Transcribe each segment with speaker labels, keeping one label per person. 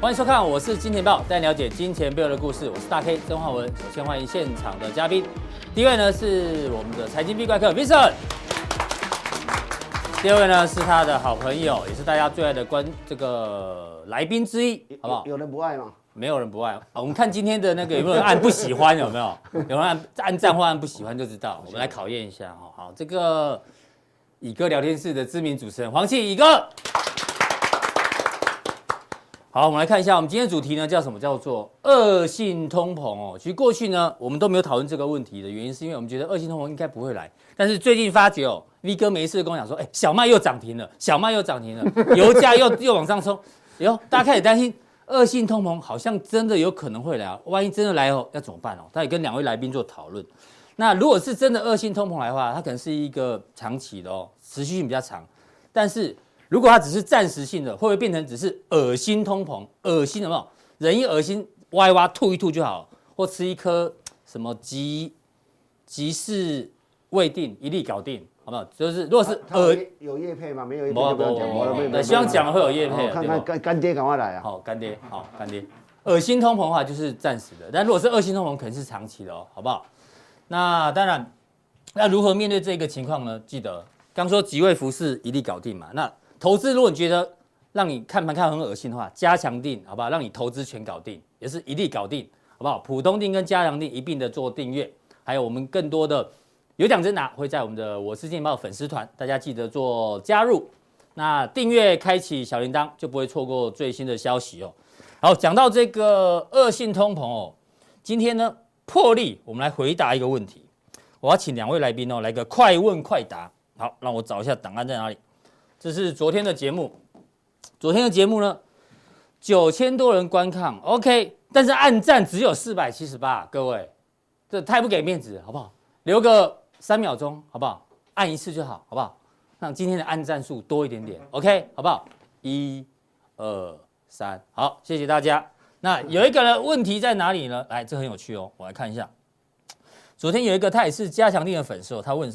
Speaker 1: 欢迎收看，我是金钱豹，带你了解金钱背后的故事。我是大 K 曾焕文。首先欢迎现场的嘉宾，第一位呢是我们的财经壁怪客 Vincent，第二位呢是他的好朋友，也是大家最爱的观这个来宾之一，好不好
Speaker 2: 有？有人不爱吗？
Speaker 1: 没有人不爱、啊我们看今天的那个有没有人按不喜欢，有没有？有人按按赞或按不喜欢就知道。我们来考验一下哈。好，这个乙哥聊天室的知名主持人黄庆乙哥。好，我们来看一下，我们今天的主题呢叫什么？叫做恶性通膨哦。其实过去呢，我们都没有讨论这个问题的原因，是因为我们觉得恶性通膨应该不会来。但是最近发觉哦，V 哥没事跟我讲说，哎，小麦又涨停了，小麦又涨停了，油价又 又往上冲。哎呦，大家开始担心恶性通膨好像真的有可能会来、啊，万一真的来哦，要怎么办哦？他也跟两位来宾做讨论。那如果是真的恶性通膨来的话，它可能是一个长期的哦，持续性比较长。但是如果它只是暂时性的，会不会变成只是恶心通膨？恶心有没有？人一恶心，挖一挖，吐一吐就好，或吃一颗什么吉吉士未定，一粒搞定，好不好？就是如果是
Speaker 2: 他有
Speaker 1: 恶，
Speaker 2: 业有叶配吗？没有叶配
Speaker 1: 不
Speaker 2: 就
Speaker 1: 不
Speaker 2: 不要讲
Speaker 1: 不
Speaker 2: 了，没有
Speaker 1: 不，
Speaker 2: 没有
Speaker 1: 对，希望讲了会有业
Speaker 2: 好
Speaker 1: 配，啊
Speaker 2: 看
Speaker 1: 对不
Speaker 2: 看？干干爹赶快来啊！
Speaker 1: 好，干爹，好，干爹。恶心通膨的话就是暂时的，但如果是恶心通膨，可能是长期的哦，好不好？那当然，那如何面对这个情况呢？记得刚说即位服饰一力搞定嘛。那投资，如果你觉得让你看盘看很恶心的话，加强定，好不好？让你投资全搞定，也是一力搞定，好不好？普通定跟加强定一并的做订阅，还有我们更多的有奖征答会在我们的我是金钱豹粉丝团，大家记得做加入。那订阅开启小铃铛就不会错过最新的消息哦。好，讲到这个恶性通膨哦，今天呢破例我们来回答一个问题，我要请两位来宾哦来个快问快答。好，让我找一下档案在哪里。这是昨天的节目，昨天的节目呢九千多人观看，OK，但是按赞只有四百七十八，各位，这太不给面子了，好不好？留个三秒钟，好不好？按一次就好，好不好？让今天的按赞数多一点点，OK，好不好？一、二、三，好，谢谢大家。那有一个人问题在哪里呢？来，这很有趣哦，我来看一下。昨天有一个他也是加强力的粉丝哦，他问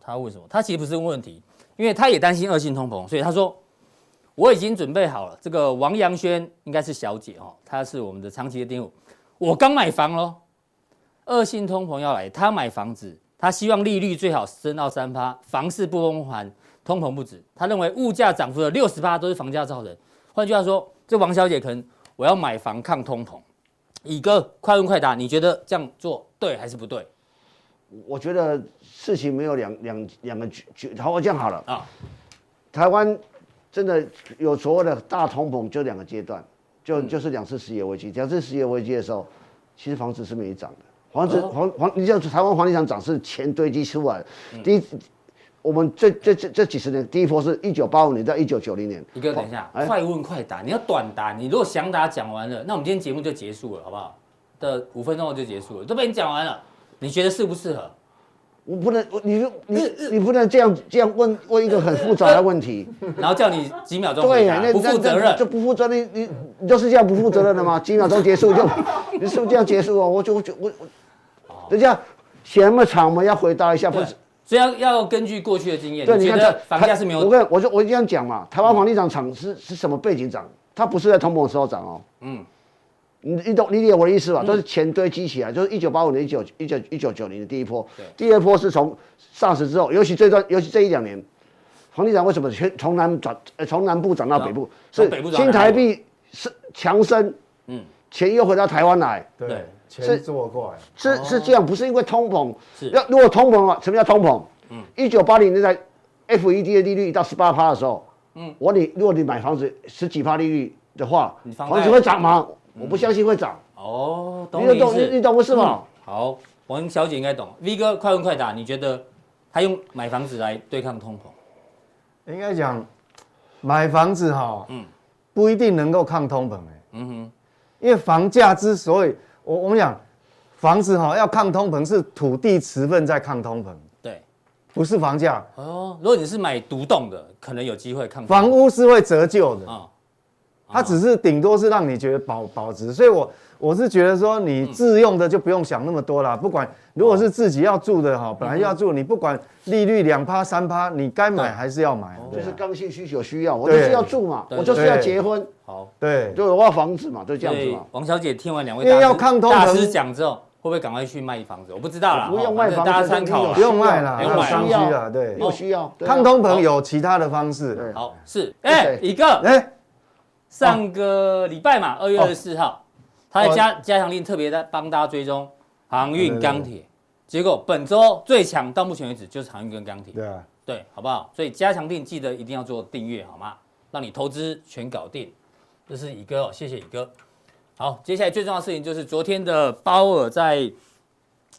Speaker 1: 他问什么？他其实不是问问题，因为他也担心恶性通膨，所以他说我已经准备好了。这个王阳轩应该是小姐哦，她是我们的长期的订户，我刚买房喽，恶性通膨要来，他买房子，他希望利率最好升到三趴，房市不崩盘，通膨不止。他认为物价涨幅的六十趴都是房价造成。换句话说，这王小姐可能我要买房抗通膨。乙哥，快问快答，你觉得这样做对还是不对
Speaker 2: 我觉得事情没有两两两个局局，好，我这样好了。
Speaker 1: 啊？
Speaker 2: 台湾真的有所谓的大通膨，就两个阶段，就
Speaker 1: 嗯
Speaker 2: 就是两次失业危机。两次失业危机的时候，其实房子是没涨的，房
Speaker 1: 哦
Speaker 2: 子房房，你知道台湾房地产涨是钱堆积出来的。
Speaker 1: 嗯
Speaker 2: 第一，我们这这这这几十年，第一波是一九八五年到一九九零年。
Speaker 1: 乙哥，等一下，
Speaker 2: 哎
Speaker 1: 快问快答，你要短答。你如果想答讲完了，那我们今天节目就结束了，好不好？的五分钟后就结束了，都被你讲完了，你觉得适不适合？
Speaker 2: 我不能，我你
Speaker 1: 呃
Speaker 2: 你你不能这样这样问问一个很复杂的问题，
Speaker 1: 然后叫你几秒钟
Speaker 2: 对
Speaker 1: 回
Speaker 2: 呀，
Speaker 1: 答，
Speaker 2: 那
Speaker 1: 呃不负责
Speaker 2: 那那
Speaker 1: 任
Speaker 2: 这。不负责任，你你就是这样不负责任的吗？几秒钟结束就， 你是不是这样结束啊？我就我就我我，人家嫌那么长，我们要回答一下，不
Speaker 1: 对
Speaker 2: 是？，
Speaker 1: 所以要要根据过去的经验，
Speaker 2: 对，
Speaker 1: 你
Speaker 2: 你
Speaker 1: 觉
Speaker 2: 看
Speaker 1: 得
Speaker 2: 这
Speaker 1: 房价是没
Speaker 2: 我
Speaker 1: 有
Speaker 2: 跟我就我这样讲嘛，台湾房地产涨是是什么背景涨？它不是在通膨的时候涨哦。嗯，你你懂你理解我的意思
Speaker 1: 嗯
Speaker 2: 吧？都是钱堆积起来，就是一九八五年、一九一九一九九零的第一波
Speaker 1: 对，
Speaker 2: 第二波是从 SARS 之后，尤其这段，尤其这一两年，房地产为什么全从南转呃从南部涨到北部？
Speaker 1: 从
Speaker 2: 是
Speaker 1: 北部转到
Speaker 2: 新台币是强升，
Speaker 1: 嗯
Speaker 2: 嗯，钱又回到台湾来。
Speaker 1: 对
Speaker 3: 对，
Speaker 2: 是
Speaker 3: 钱做过来，
Speaker 2: 是是这样，不是因为通膨。
Speaker 1: 是
Speaker 2: 要如果通膨的话，什么叫通膨？嗯，一九八零年代 FED 的利率到十八趴的时候，嗯，我你如果你买房子十几趴利率的话
Speaker 1: 你，房贷
Speaker 2: 房子会涨吗？我不相信会涨。
Speaker 1: 哦，懂
Speaker 2: 你
Speaker 1: 你意
Speaker 2: 懂你你
Speaker 1: 思。
Speaker 2: 懂我意思吗？
Speaker 1: 好，王小姐应该懂。V 哥，快问快答，你觉得他用买房子来对抗通膨？
Speaker 3: 应该讲买房子哈，嗯，不一定能够抗通膨哎，嗯哼，因为房价之所以我我们讲房子哈要抗通膨，是土地持份在抗通膨，
Speaker 1: 对，
Speaker 3: 不是房价，
Speaker 1: 哦，如果你是买独栋的，可能有机会抗通膨
Speaker 3: 房屋是会折旧的，
Speaker 1: 啊啊、
Speaker 3: 它只是顶多是让你觉得保保值，所以我我是觉得说你自用的就不用想那么多啦，不管如果是自己要住的哈，本来要住，你不管利率两趴三趴，你该买还是要买，
Speaker 2: 就
Speaker 3: 对
Speaker 2: 是
Speaker 3: 啊
Speaker 2: 刚性需求需要，我就
Speaker 3: 对
Speaker 2: 是要住嘛，
Speaker 1: 对
Speaker 2: 我就是要结婚，
Speaker 1: 好，
Speaker 3: 对，
Speaker 2: 就我要房子嘛，就这样子
Speaker 1: 对
Speaker 2: 嘛，。
Speaker 1: 王小姐听完两位
Speaker 3: 因为
Speaker 1: 大师
Speaker 3: 要抗通膨
Speaker 1: 大师讲之后，会不会赶快去卖房子？我不知道啦，
Speaker 2: 不用
Speaker 1: 哦
Speaker 2: 卖
Speaker 1: 反正
Speaker 2: 房子，
Speaker 1: 大家参考啦
Speaker 3: 不用卖啦
Speaker 2: 你有
Speaker 1: 不用
Speaker 2: 需
Speaker 1: 卖
Speaker 2: 要
Speaker 3: 啦对
Speaker 2: 你有需要，对啊
Speaker 3: 抗通膨有其他的方式
Speaker 2: 对，
Speaker 1: 好，是，
Speaker 2: 对
Speaker 1: 哎，一个
Speaker 3: 哎，
Speaker 1: 上个礼拜嘛，二月二十四号，他的
Speaker 3: 哦
Speaker 1: 加加强令特别在帮大家追踪航
Speaker 3: 对对
Speaker 1: 运、
Speaker 3: 对
Speaker 1: 钢铁，结果本周最强到目前为止就是航运跟钢铁。
Speaker 3: 对啊，
Speaker 1: 对，好不好？所以加强定记得一定要做订阅，好吗？让你投资全搞定。这是乙哥哦，谢谢乙哥。好，接下来最重要的事情就是昨天的鲍尔在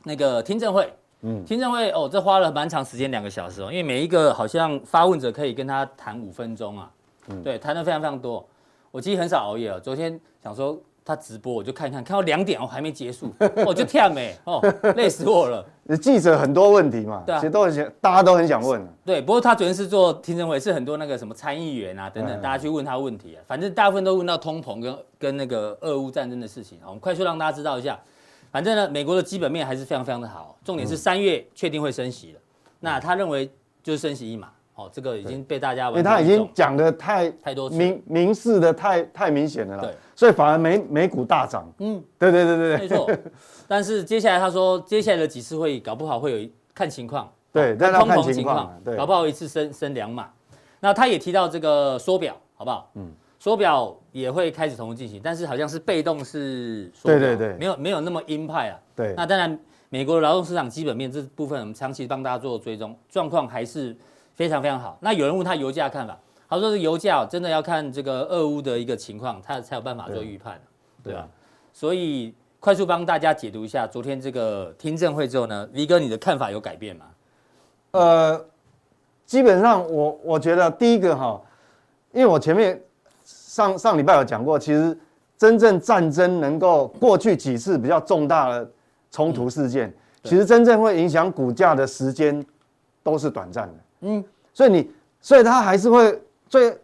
Speaker 1: 那个听证会，嗯，听证会哦，这花了蛮长时间，两个小时哦，因为每一个好像发问者可以跟他谈五分钟啊，对，谈的非常非常多。我其实很少熬夜哦，昨天想说他直播我就看一看，看到两点我、哦、还没结束，我、哦、就跳没哦，累死我了。
Speaker 3: 记者很多问题嘛，
Speaker 1: 对啊
Speaker 3: 其实都很想，大家都很想问啊，
Speaker 1: 对，不过他昨天是做听证会，是很多那个什么参议员啊等等，
Speaker 3: 嗯
Speaker 1: 大家去问他问题啊，反正大部分都问到通膨跟跟那个俄乌战争的事情啊。我们快速让大家知道一下，反正呢，美国的基本面还是非常非常的好，重
Speaker 3: 嗯
Speaker 1: 点是三月确定会升息了。那他认为就是升息一码，哦，这个已经被大家
Speaker 3: 因
Speaker 1: 完
Speaker 3: 为
Speaker 1: 全
Speaker 3: 他已
Speaker 1: 接
Speaker 3: 经
Speaker 1: 受
Speaker 3: 讲的太
Speaker 1: 太多次
Speaker 3: 明明示的太太明显了啦
Speaker 1: 对，
Speaker 3: 所以反而美美股大涨，
Speaker 1: 嗯
Speaker 3: 嗯，对对对对
Speaker 1: 没
Speaker 3: 对
Speaker 1: 错，但是接下来他说，接下来的几次会议搞不好会有一看情况，
Speaker 3: 对，但要
Speaker 1: 通
Speaker 3: 看
Speaker 1: 膨
Speaker 3: 情
Speaker 1: 情
Speaker 3: 况
Speaker 1: 况
Speaker 3: 啊，对，
Speaker 1: 搞不好一次升升两码。那他也提到这个缩表，好不好？嗯，缩表也会开始同步进行，但是好像是被动式缩表，
Speaker 3: 对对对
Speaker 1: 没有没有那么鹰派啊。
Speaker 3: 对
Speaker 1: 那当然，美国的劳动市场基本面这部分，我们长期帮大家做追踪，状况还是非常非常好。那有人问他油价看法，他说是油价哦真的要看这个俄乌的一个情况，他才有办法做预判，对吧、所以快速帮大家解读一下昨天这个听证会之后呢，V 哥你的看法有改变吗？
Speaker 3: 呃，基本上我我觉得第一个哈，因为我前面上上礼拜有讲过，其实真正战争能够过去几次比较重大的冲突事件，其实真正会影响股价的时间都是短暂的。嗯，所以你所以它还是会最，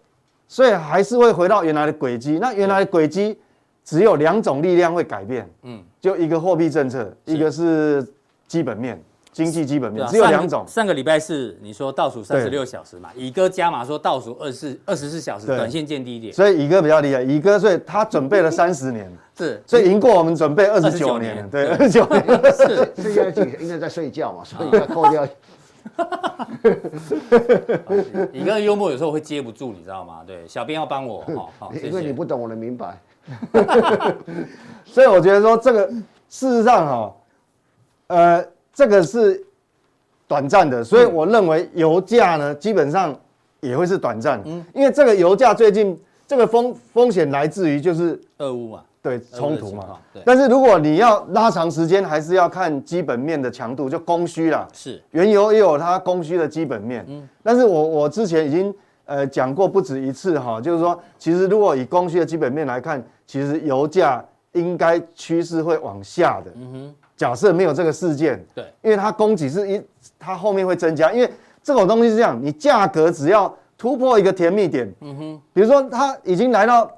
Speaker 3: 所以还是会回到原来的轨迹。那原来的轨迹只有两种力量会改变，嗯，就一个货币政策，一个是基本面。经济基本
Speaker 1: 对
Speaker 3: 面
Speaker 1: 啊，
Speaker 3: 只有
Speaker 1: 上个
Speaker 3: 两种，
Speaker 1: 上个礼拜四你说倒数三
Speaker 3: 对
Speaker 1: 十六小时嘛，乙哥加码说倒数二四二十四小时，
Speaker 3: 对
Speaker 1: 短线见低点，
Speaker 3: 所以乙哥比较厉害，乙哥所以他准备了三十年，
Speaker 1: 是
Speaker 3: 所以赢过我们准备二十
Speaker 1: 29
Speaker 3: 九
Speaker 1: 年
Speaker 3: 年，对，嗯二十九年。
Speaker 1: 是，
Speaker 2: 睡觉几应该在睡觉嘛，所以要扣掉。
Speaker 1: 乙哥的幽默有时候会接不住，你知道吗？对，小编要帮 我，好好，谢
Speaker 2: 因为你
Speaker 1: 谢。
Speaker 2: 不懂我的明白，
Speaker 3: 所以我觉得说这个事实上哈、呃，这个是短暂的，所以我认为油价呢基本上也会是短暂，因为这个油价最近这个风风险来自于就是
Speaker 1: 二五嘛，
Speaker 3: 嗯对
Speaker 1: 的
Speaker 3: 冲突
Speaker 1: 情
Speaker 3: 嘛
Speaker 1: 况对，
Speaker 3: 但是如果你要拉长时间，还是要看基本面的强度，就供需啦，
Speaker 1: 是
Speaker 3: 原油也有它供需的基本面。
Speaker 1: 嗯
Speaker 3: 但是我我之前已经呃讲过不止一次哈，就是说，其实如果以供需的基本面来看，其实油价应该趋势会往下的。假设没有这个事件，
Speaker 1: 嗯对
Speaker 3: 因为它供给是一，它后面会增加，因为这种东西是这样，你价格只要突破一个甜蜜点，嗯哼，比如说它已经来到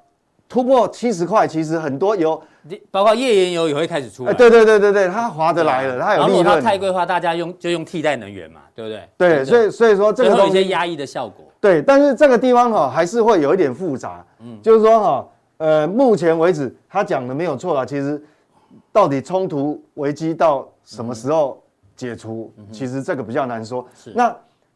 Speaker 3: 突破七十块，其实很多油，
Speaker 1: 包括页岩油也会开始出
Speaker 3: 哎、
Speaker 1: 来，
Speaker 3: 对对对对对，它划得来了，它
Speaker 1: 啊然
Speaker 3: 有
Speaker 1: 后
Speaker 3: 利
Speaker 1: 如果它
Speaker 3: 润了，
Speaker 1: 太贵的话，大家用就用替代能源嘛，对不对？
Speaker 3: 对，所以所以说这
Speaker 1: 最
Speaker 3: 个
Speaker 1: 后有
Speaker 3: 东
Speaker 1: 一
Speaker 3: 西
Speaker 1: 些压抑的效果。
Speaker 3: 对，但是这个地方哈、还是会有一点复杂，就是说哈、呃，目前为止他讲的没有错啦，其实到底冲突危机到什么时候解除，其实这个比较难说。
Speaker 1: 是
Speaker 3: 那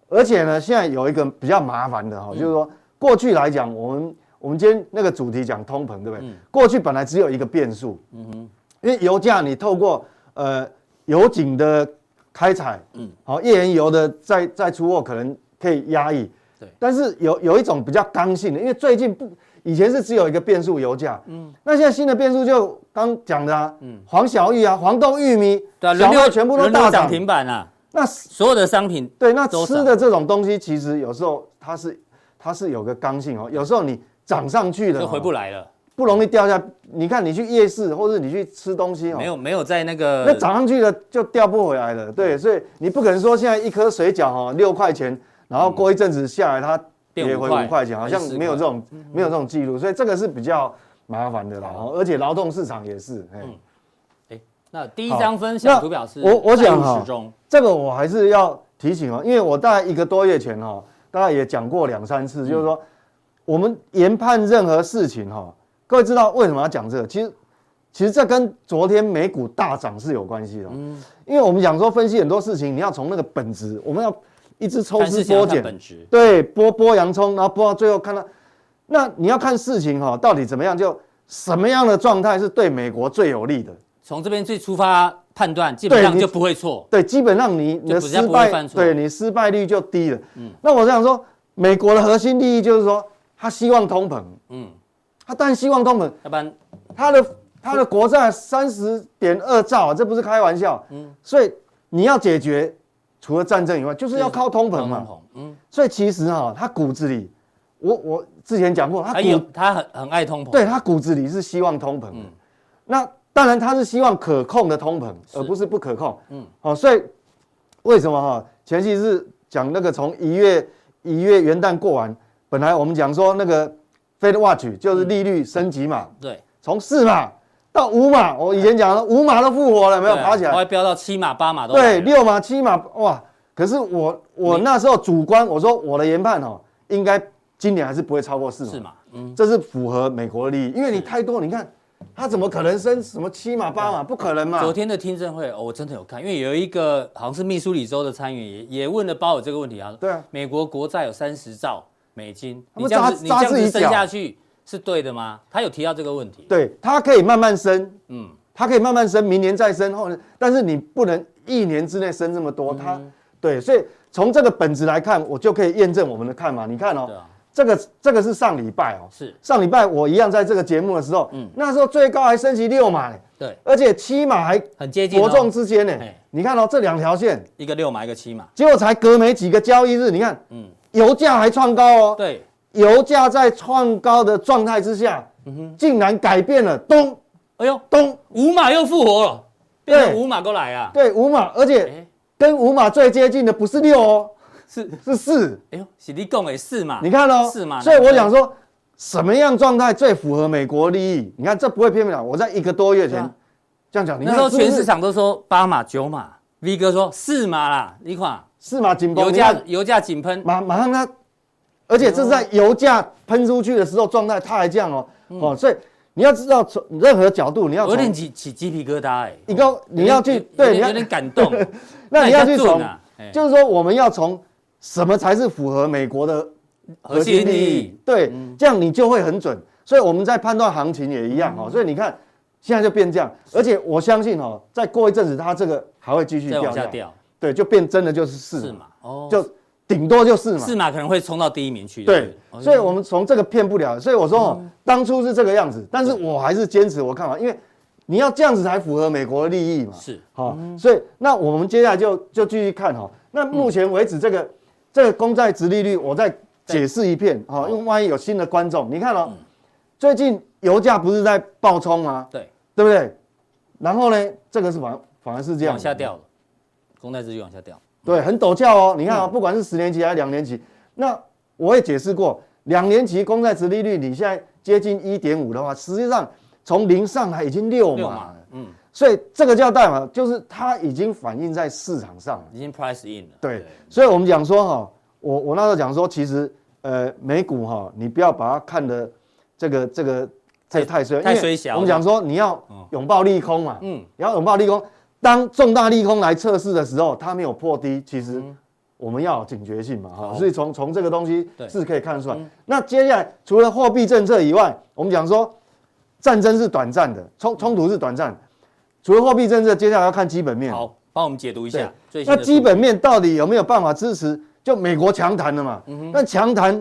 Speaker 3: 而且呢，现在有一个比较麻烦的哈、
Speaker 1: 嗯
Speaker 3: 就是说过去来讲，我们我们今天那个主题讲通膨，对不对？
Speaker 1: 嗯
Speaker 3: 过去本来只有一个变数，因为油价你透过呃油井的开采，嗯，好、页岩油的再再出货可能可以压抑，
Speaker 1: 对
Speaker 3: 但是有有一种比较刚性的，因为最近不以前是只有一个变数油价，嗯，那现在新的变数就刚讲的啊，嗯，黄小玉啊，黄豆、玉米，
Speaker 1: 对啊，
Speaker 3: 小
Speaker 1: 轮
Speaker 3: 麦
Speaker 1: 流
Speaker 3: 全部都
Speaker 1: 轮流
Speaker 3: 大
Speaker 1: 涨
Speaker 3: 涨，
Speaker 1: 停板啊，
Speaker 3: 那
Speaker 1: 所有的商品
Speaker 3: 对，那
Speaker 1: 都
Speaker 3: 吃
Speaker 1: 涨
Speaker 3: 的这种东西其实有时候它是它是有个刚性哦，有时候你涨上去了、
Speaker 1: 就回不
Speaker 3: 来，
Speaker 1: 来了，
Speaker 3: 不容易掉下。你看你去夜市或者你去吃东西哦，
Speaker 1: 没有呃没有在那个
Speaker 3: 那涨上去了就掉不回来了，对，所以你不可能说现在一颗水饺哈六块钱，然后过一阵子下来它
Speaker 1: 变
Speaker 3: 跌
Speaker 1: 五
Speaker 3: 回
Speaker 1: 块
Speaker 3: 五块钱，好像
Speaker 1: 还是四
Speaker 3: 没有
Speaker 1: 块嗯
Speaker 3: 这种没有这种记录，所以这个是比较麻烦的啦。哦而且劳动市场也是，
Speaker 1: 嗯
Speaker 3: 哎
Speaker 1: 那第一
Speaker 3: 好
Speaker 1: 张分
Speaker 3: 那
Speaker 1: 享图表是
Speaker 3: 我我讲哈
Speaker 1: 始终
Speaker 3: 这个我还是要提醒哦，因为我大概一个多月前哦，大概也讲过两三
Speaker 1: 嗯
Speaker 3: 次，就是说我们研判任何事情哈、哦，各位知道为什么要讲这个？其实其实这跟昨天美股大涨是有关系的哦，
Speaker 1: 嗯
Speaker 3: 因为我们讲说分析很多事情，你要从那个本质，我们要一直抽
Speaker 1: 但
Speaker 3: 丝
Speaker 1: 是想要
Speaker 3: 剥
Speaker 1: 看
Speaker 3: 茧，
Speaker 1: 本质，
Speaker 3: 对，剥剥洋葱，然后剥到最后看到，那你要看事情哈、哦到底怎么样，就什么样的状态是对美国最有利的。
Speaker 1: 从这边最出发判断，基本上
Speaker 3: 对你
Speaker 1: 就不会错。
Speaker 3: 对，基本上你你的
Speaker 1: 就比较
Speaker 3: 失
Speaker 1: 不会
Speaker 3: 败
Speaker 1: 犯，错嗯
Speaker 3: 对你失败率就低了。那我想说，美国的核心利益就是说，他希望通膨，
Speaker 1: 嗯，
Speaker 3: 他但希望通膨，
Speaker 1: 要不然
Speaker 3: 他的他的国债三十点二兆、啊，这不是开玩笑。嗯，所以你要解决除了战争以外，就是要靠通膨
Speaker 1: 通
Speaker 3: 嘛。
Speaker 1: 膨，嗯，
Speaker 3: 所以其实哈、他骨子里，我我之前讲过，
Speaker 1: 他
Speaker 3: 他骨
Speaker 1: 哎有他很很爱通膨，
Speaker 3: 对他骨子里是希望通膨的。那当然，他是希望可控的通膨，而不是不可控。嗯，好、所以为什么哈、前期是讲那个从一月一月元旦过完，本来我们讲说那个 Fed Watch 就是利率升级嘛，
Speaker 1: 对，
Speaker 3: 从四码到五码，我以前讲了五码都复活了，没有
Speaker 1: 对啊
Speaker 3: 爬起来
Speaker 1: 它。会飙到七码八码都来
Speaker 3: 对，
Speaker 1: 了
Speaker 3: 六码七码哇！可是我我
Speaker 1: 你
Speaker 3: 那时候主观，我说我的研判哦，应该今年还是不会超过四码
Speaker 1: 是。嘛？嗯，
Speaker 3: 这是符合美国的利益，因为你太多，你看他怎么可能升什么七码八码？不可能嘛！
Speaker 1: 昨天的听证会、哦我真的有看，因为有一个好像是密苏里州的参议员也也问了鲍尔这个问题啊，
Speaker 3: 对啊
Speaker 1: 美国国债有三十兆美金，
Speaker 3: 他
Speaker 1: 你
Speaker 3: 们
Speaker 1: 这样子你
Speaker 3: 扎
Speaker 1: 这样
Speaker 3: 扎自己
Speaker 1: 子升
Speaker 3: 脚
Speaker 1: 下去是对的吗？他有提到这个问题，
Speaker 3: 对，它可以慢慢升，
Speaker 1: 嗯
Speaker 3: 嗯，它可以慢慢升，明年再升，后年，但是你不能一年之内升这么多，
Speaker 1: 嗯
Speaker 3: 它对，所以从这个本质来看，我就可以验证我们的看法。你看哦
Speaker 1: 对，啊，
Speaker 3: 这个这个是上礼拜哦，
Speaker 1: 是
Speaker 3: 上礼拜我一样在这个节目的时候，嗯，那时候最高还升级六码呢，
Speaker 1: 对，
Speaker 3: 而且七码还
Speaker 1: 很接近、哦，
Speaker 3: 伯仲之间呢
Speaker 1: 哎。
Speaker 3: 你看哦，这两条线，
Speaker 1: 一个六码一个七码，
Speaker 3: 结果才隔没几个交易日，你看，嗯，油价还创高哦，
Speaker 1: 对，嗯
Speaker 3: 油价在创高的状态之下，竟然改变了，咚
Speaker 1: 哎呦，
Speaker 3: 咚，
Speaker 1: 五码又复活了，变成
Speaker 3: 对
Speaker 1: 五码过来啊，
Speaker 3: 对五码，而且
Speaker 1: 哎
Speaker 3: 跟五码最接近的不是六哦，
Speaker 1: 是，
Speaker 3: 是四。
Speaker 1: 哎呦，喜力共诶四码，
Speaker 3: 你看哦，
Speaker 1: 四码，
Speaker 3: 所以我
Speaker 1: 两
Speaker 3: 想说，什么样状态最符合美国利益？你看这不会骗不了。我在一个多月
Speaker 1: 对
Speaker 3: 前
Speaker 1: 啊
Speaker 3: 这样讲，
Speaker 1: 分
Speaker 3: 你
Speaker 1: 那时
Speaker 3: 看
Speaker 1: 候全
Speaker 3: 是不
Speaker 1: 市
Speaker 3: 是
Speaker 1: 场都说八码九码，V 哥说四码啦，你看
Speaker 3: 四码紧绷，
Speaker 1: 油
Speaker 3: 你
Speaker 1: 价
Speaker 3: 看
Speaker 1: 油价井喷，
Speaker 3: 马马上它，而且这是在油价喷出去的时候状态，它还这样哦，哦，所以你要知道从任何角度，你要
Speaker 1: 嗯我有点
Speaker 3: 从
Speaker 1: 起起鸡皮疙瘩哎、
Speaker 3: 你要嗯你要去
Speaker 1: 有点
Speaker 3: 对，你
Speaker 1: 有点
Speaker 3: 要
Speaker 1: 有点感 动。
Speaker 3: 那你要去
Speaker 1: 准
Speaker 3: 从，
Speaker 1: 啊，哎
Speaker 3: 就是说我们要从什么才是符合美国的
Speaker 1: 核心利益，嗯
Speaker 3: 对，这样你就会很准。所以我们在判断行情也一样
Speaker 1: 嗯
Speaker 3: 哦，所以你看现在就变这样，而且我相信哦，再过一阵子它这个还会继续
Speaker 1: 再
Speaker 3: 掉
Speaker 1: 往
Speaker 3: 下
Speaker 1: 下
Speaker 3: 来，
Speaker 1: 掉
Speaker 3: 对，就变真的就是四
Speaker 1: 四
Speaker 3: 嘛，
Speaker 1: 码哦，
Speaker 3: 就顶多就四嘛，
Speaker 1: 四码可能会冲到第一名去。
Speaker 3: 对，
Speaker 1: 不
Speaker 3: 所以我们从这个骗不了。所以我
Speaker 1: 嗯
Speaker 3: 说哦，当初是这个样子，但是我还是坚持我看法，因为你要这样子才符合美国的利益嘛。
Speaker 1: 哦是嗯
Speaker 3: 好，所以那我们接下来就就继续看哈。那目前为止，这个这个公债值利率，我再解释一遍哈，因为万一有新的观众，你看哦，
Speaker 1: 嗯
Speaker 3: 最近油价不是在暴冲吗？
Speaker 1: 对，
Speaker 3: 对不对？然后呢，这个是反反而是这样
Speaker 1: 往下掉了，公债利率往下掉，
Speaker 3: 对，很陡峭哦。你看啊、不管是十年期还是两年期，那我也解释过，两年期公债值利率你现在接近一点五的话，实际上从零上来已经六
Speaker 1: 六
Speaker 3: 码
Speaker 1: 码
Speaker 3: 了，，
Speaker 1: 嗯，
Speaker 3: 所以这个叫代码，就是它已经反映在市场上了。
Speaker 1: 已经 price in 了。
Speaker 3: 对，所以我们讲说哈、我我那时候讲说，其实呃美股哈、你不要把它看的这个这个太太衰，
Speaker 1: 太
Speaker 3: 因为
Speaker 1: 衰小了
Speaker 3: 我们讲说你要拥抱利空嘛，
Speaker 1: 嗯
Speaker 3: 嗯，你要拥抱利空。当重大利空来测试的时候，它没有破低，其实
Speaker 1: 嗯
Speaker 3: 我们要有警觉性嘛，哈、所以从从这个东西
Speaker 1: 对嗯
Speaker 3: 是可以看出来。那接下来除了货币政策以外，我们讲说战争是短暂的，
Speaker 1: 嗯
Speaker 3: 冲冲突是短暂的。除了货币政策，接下来要看基本面。
Speaker 1: 好，帮我们解读一下最
Speaker 3: 对，
Speaker 1: 新
Speaker 3: 那
Speaker 1: 的
Speaker 3: 基本面到底有没有办法支持？就美国强谈了嘛，
Speaker 1: 嗯
Speaker 3: 那强谈，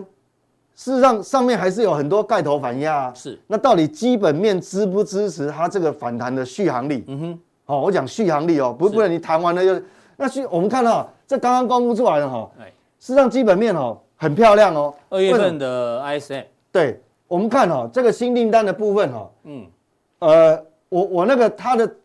Speaker 3: 事实上上面还是有很多盖头反压啊。
Speaker 1: 是
Speaker 3: 那到底基本面支不支持它这个反弹的续航力？嗯哼，好、我讲续航力哦，不不然你谈完了又那续，我们看到这刚刚公布出来了哈、哦，
Speaker 1: 哎
Speaker 3: 事实上基本面哦很漂亮哦，
Speaker 1: 二月
Speaker 3: 为什
Speaker 1: 份
Speaker 3: 么
Speaker 1: 的 ISM
Speaker 3: 对，我们看哦这个新订单的部分哦，
Speaker 1: 嗯
Speaker 3: 嗯，呃，我我那个它的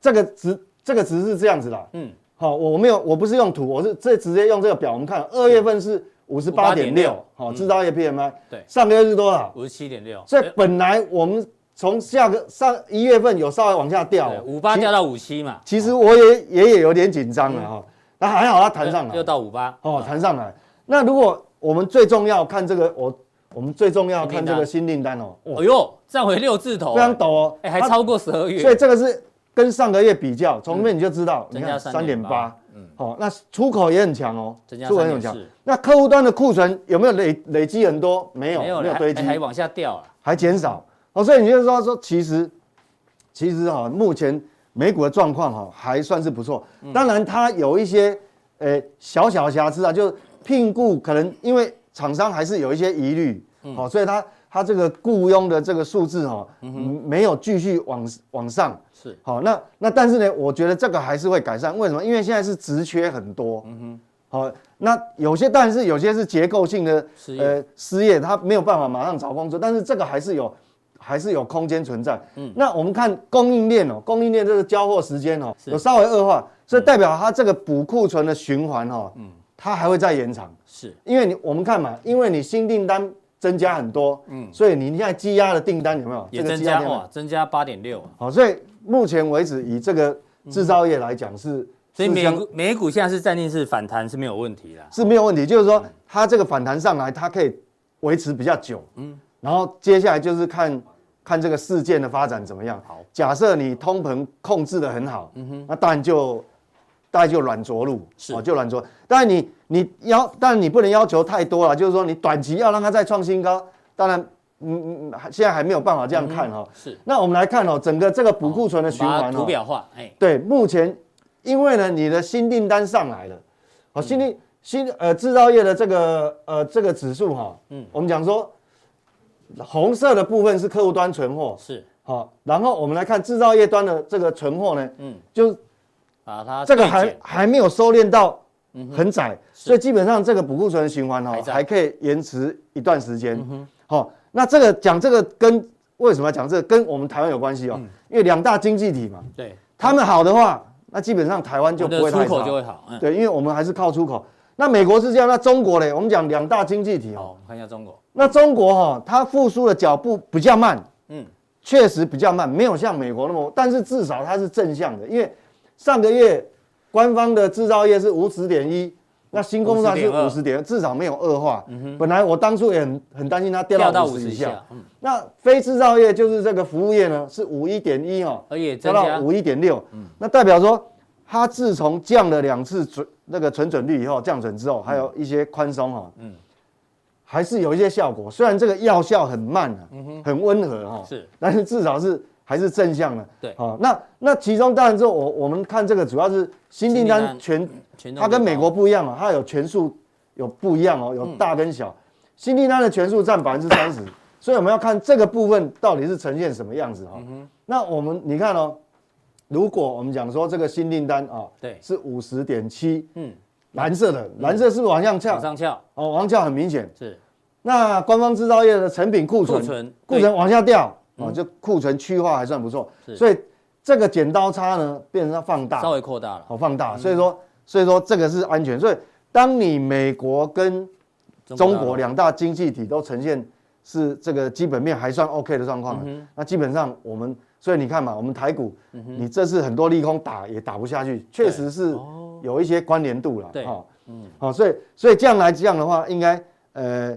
Speaker 3: 这个值这个值是这样子啦，
Speaker 1: 嗯
Speaker 3: 好，我我没有，我不是用图，我是这直接用这个表。我们看二月份是五十八点六，好，制造业 PMI，
Speaker 1: 对呃
Speaker 3: 上个月是多少？
Speaker 1: 五十七点六，
Speaker 3: 所以本来我们从下个上一月份有稍微往下掉，哦
Speaker 1: 五八
Speaker 3: 其
Speaker 1: 掉到五七嘛，
Speaker 3: 其实我也也也有点紧张了哈，那还好它弹上来，
Speaker 1: 又到五八，
Speaker 3: 哦，弹上来。那如果我们最重要看这个，我我们最重要看这个新订单哦，哇
Speaker 1: 哎呦，站回六字头，
Speaker 3: 非常陡哦，
Speaker 1: 哎，还
Speaker 3: 它
Speaker 1: 超过十二月，嗯
Speaker 3: 所以这个是跟上个月比较，从面你就知道，你看
Speaker 1: 增加
Speaker 3: 三点
Speaker 1: 3.8
Speaker 3: 八，好，那出口也很强哦，
Speaker 1: 嗯增加
Speaker 3: 出口也很强
Speaker 1: 3.4。
Speaker 3: 那客户端的库存有没有累累积很多？没有，没有
Speaker 1: 还
Speaker 3: 堆积，
Speaker 1: 还还往下掉啊，
Speaker 3: 还减少哦，所以你就说说，其实其实哈、目前美股的状况哈、还算是不错，
Speaker 1: 嗯
Speaker 3: 当然它有一些呃小小瑕疵啊，就聘雇可能因为厂商还是有一些疑虑，
Speaker 1: 嗯
Speaker 3: 好、所以它它这个雇佣的这个数字哈、嗯没有继续往往上，
Speaker 1: 是
Speaker 3: 好、那那但是呢，我觉得这个还是会改善，为什么？因为现在是职缺很多，嗯哼，好、那有些但是有些是结构性的
Speaker 1: 失业
Speaker 3: 呃失业，他没有办法马上找工作，但是这个还是有还是有空间存在。嗯，那我们看供应链哦，供应链这个交货时间哦，有稍微恶化，所以
Speaker 1: 嗯
Speaker 3: 代表它这个补库存的循环哦，嗯，它还会再延长。
Speaker 1: 是
Speaker 3: 因为你我们看嘛，因为你新订单增加很多，嗯，所以你现在积压的订单有没有？
Speaker 1: 也
Speaker 3: 这个
Speaker 1: 增
Speaker 3: 积压
Speaker 1: 加
Speaker 3: 订单
Speaker 1: 哇，增加八点六，啊
Speaker 3: 好，所以目前为止以这个制造业来讲是，
Speaker 1: 嗯所以
Speaker 3: 是
Speaker 1: 美
Speaker 3: 相
Speaker 1: 股美股现在是暂定是反弹是没有问题啦，
Speaker 3: 是没有问题，就是说它这个反弹上来，它可以维持比较久，嗯，然后接下来就是看看这个事件的发展怎么样。
Speaker 1: 好，
Speaker 3: 假设你通膨控制的很好，嗯哼，那当然就大概就软着陆，哦
Speaker 1: 是
Speaker 3: 就软着。但是你你要，但是你不能要求太多了，就是说你短期要让它再创新高，当然。嗯嗯，还现在还没有办法这样看哈、哦
Speaker 1: 是
Speaker 3: 那我们来看哦，整个这个补库存的
Speaker 1: 嗯
Speaker 3: 循
Speaker 1: 把它
Speaker 3: 环
Speaker 1: 图
Speaker 3: 哦，
Speaker 1: 表化，哎，
Speaker 3: 对，目前因为呢，你的新订单上来了，好、新订新呃制造业的这个呃这个指数哈、嗯，我们讲说红色的部分是客户端存货，
Speaker 1: 是
Speaker 3: 好、然后我们来看制造业端的这个存货呢，嗯，就是
Speaker 1: 把它
Speaker 3: 这个
Speaker 1: 对
Speaker 3: 还
Speaker 1: 减
Speaker 3: 还没有收敛到很窄，所以基本上这个补库存循环
Speaker 1: 还
Speaker 3: 哦
Speaker 1: 在
Speaker 3: 还可以延迟一段时间。好、那这个讲这个跟为什么要讲这个跟我们台湾有关系哦？因为两大经济体嘛，
Speaker 1: 对，
Speaker 3: 他们好的话，那基本上台湾就
Speaker 1: 我
Speaker 3: 不
Speaker 1: 的
Speaker 3: 会
Speaker 1: 出
Speaker 3: 太
Speaker 1: 口
Speaker 3: 差。
Speaker 1: 就会好，嗯，
Speaker 3: 对，因为我们还是靠出口。那美国是这样，那中国嘞？我们讲两大经济体
Speaker 1: 好，
Speaker 3: 哦。
Speaker 1: 我们看一下中国，
Speaker 3: 那中国哈、它复苏的脚步比较慢，
Speaker 1: 嗯
Speaker 3: 嗯，确实比较慢，没有像美国那么，但是至少它是正向的，因为上个月官方的制造业是五十点一，那新工上是
Speaker 1: 50.2
Speaker 3: 五十点，至少没有恶化。本来我当初也很很担心它掉
Speaker 1: 嗯掉到
Speaker 3: 到
Speaker 1: 五
Speaker 3: 五十
Speaker 1: 十
Speaker 3: 以
Speaker 1: 以
Speaker 3: 下
Speaker 1: 下，，嗯，
Speaker 3: 那非制造业就是这个服务业呢，是五一点一哦，
Speaker 1: 而也
Speaker 3: 加
Speaker 1: 增加嗯
Speaker 3: 到五一点六，那代表说它自从降了两次准那个存准率以后，降准之后，还有一些宽松哈，嗯，还是有一些效果。虽然这个药效很慢啊，很温和哈，
Speaker 1: 嗯是，
Speaker 3: 但是至少是还是正向的。
Speaker 1: 对
Speaker 3: 好，那那其中当然之后我我们看这个主要是新订
Speaker 1: 新订
Speaker 3: 单
Speaker 1: 单
Speaker 3: 全
Speaker 1: 全都
Speaker 3: 它跟
Speaker 1: 不
Speaker 3: 美
Speaker 1: 高
Speaker 3: 国不一样啊，它有权数有不一样哦，有大跟小。新订单的权数占百分之三十，所以我们要看这个部分到底是呈现什么样子哈、哦。那我们你看哦，如果我们讲说这个新订单啊，
Speaker 1: 对
Speaker 3: 是五十点七，
Speaker 1: 嗯
Speaker 3: 嗯，蓝色的，蓝色是不是往上翘
Speaker 1: 往？上翘，
Speaker 3: 哦，往上翘很明显。
Speaker 1: 是
Speaker 3: 那官方制造业的成品库存，
Speaker 1: 库存
Speaker 3: 库存往下掉，哦，就库存去化还算不错，所以这个剪刀差呢，变成它放大，
Speaker 1: 稍微扩大了，
Speaker 3: 好哦放大，所以说所以说这个是安全，所以当你美国跟中
Speaker 1: 大陆
Speaker 3: 国两大经济体都呈现是这个基本面还算 OK 的状况了，
Speaker 1: 嗯
Speaker 3: 那基本上我们所以你看嘛，我们台股，你这次很多利空打也打不下去，确实是有一些关联度了，
Speaker 1: 哦对嗯
Speaker 3: 哦，好、所以所以这样来讲的话，应该呃，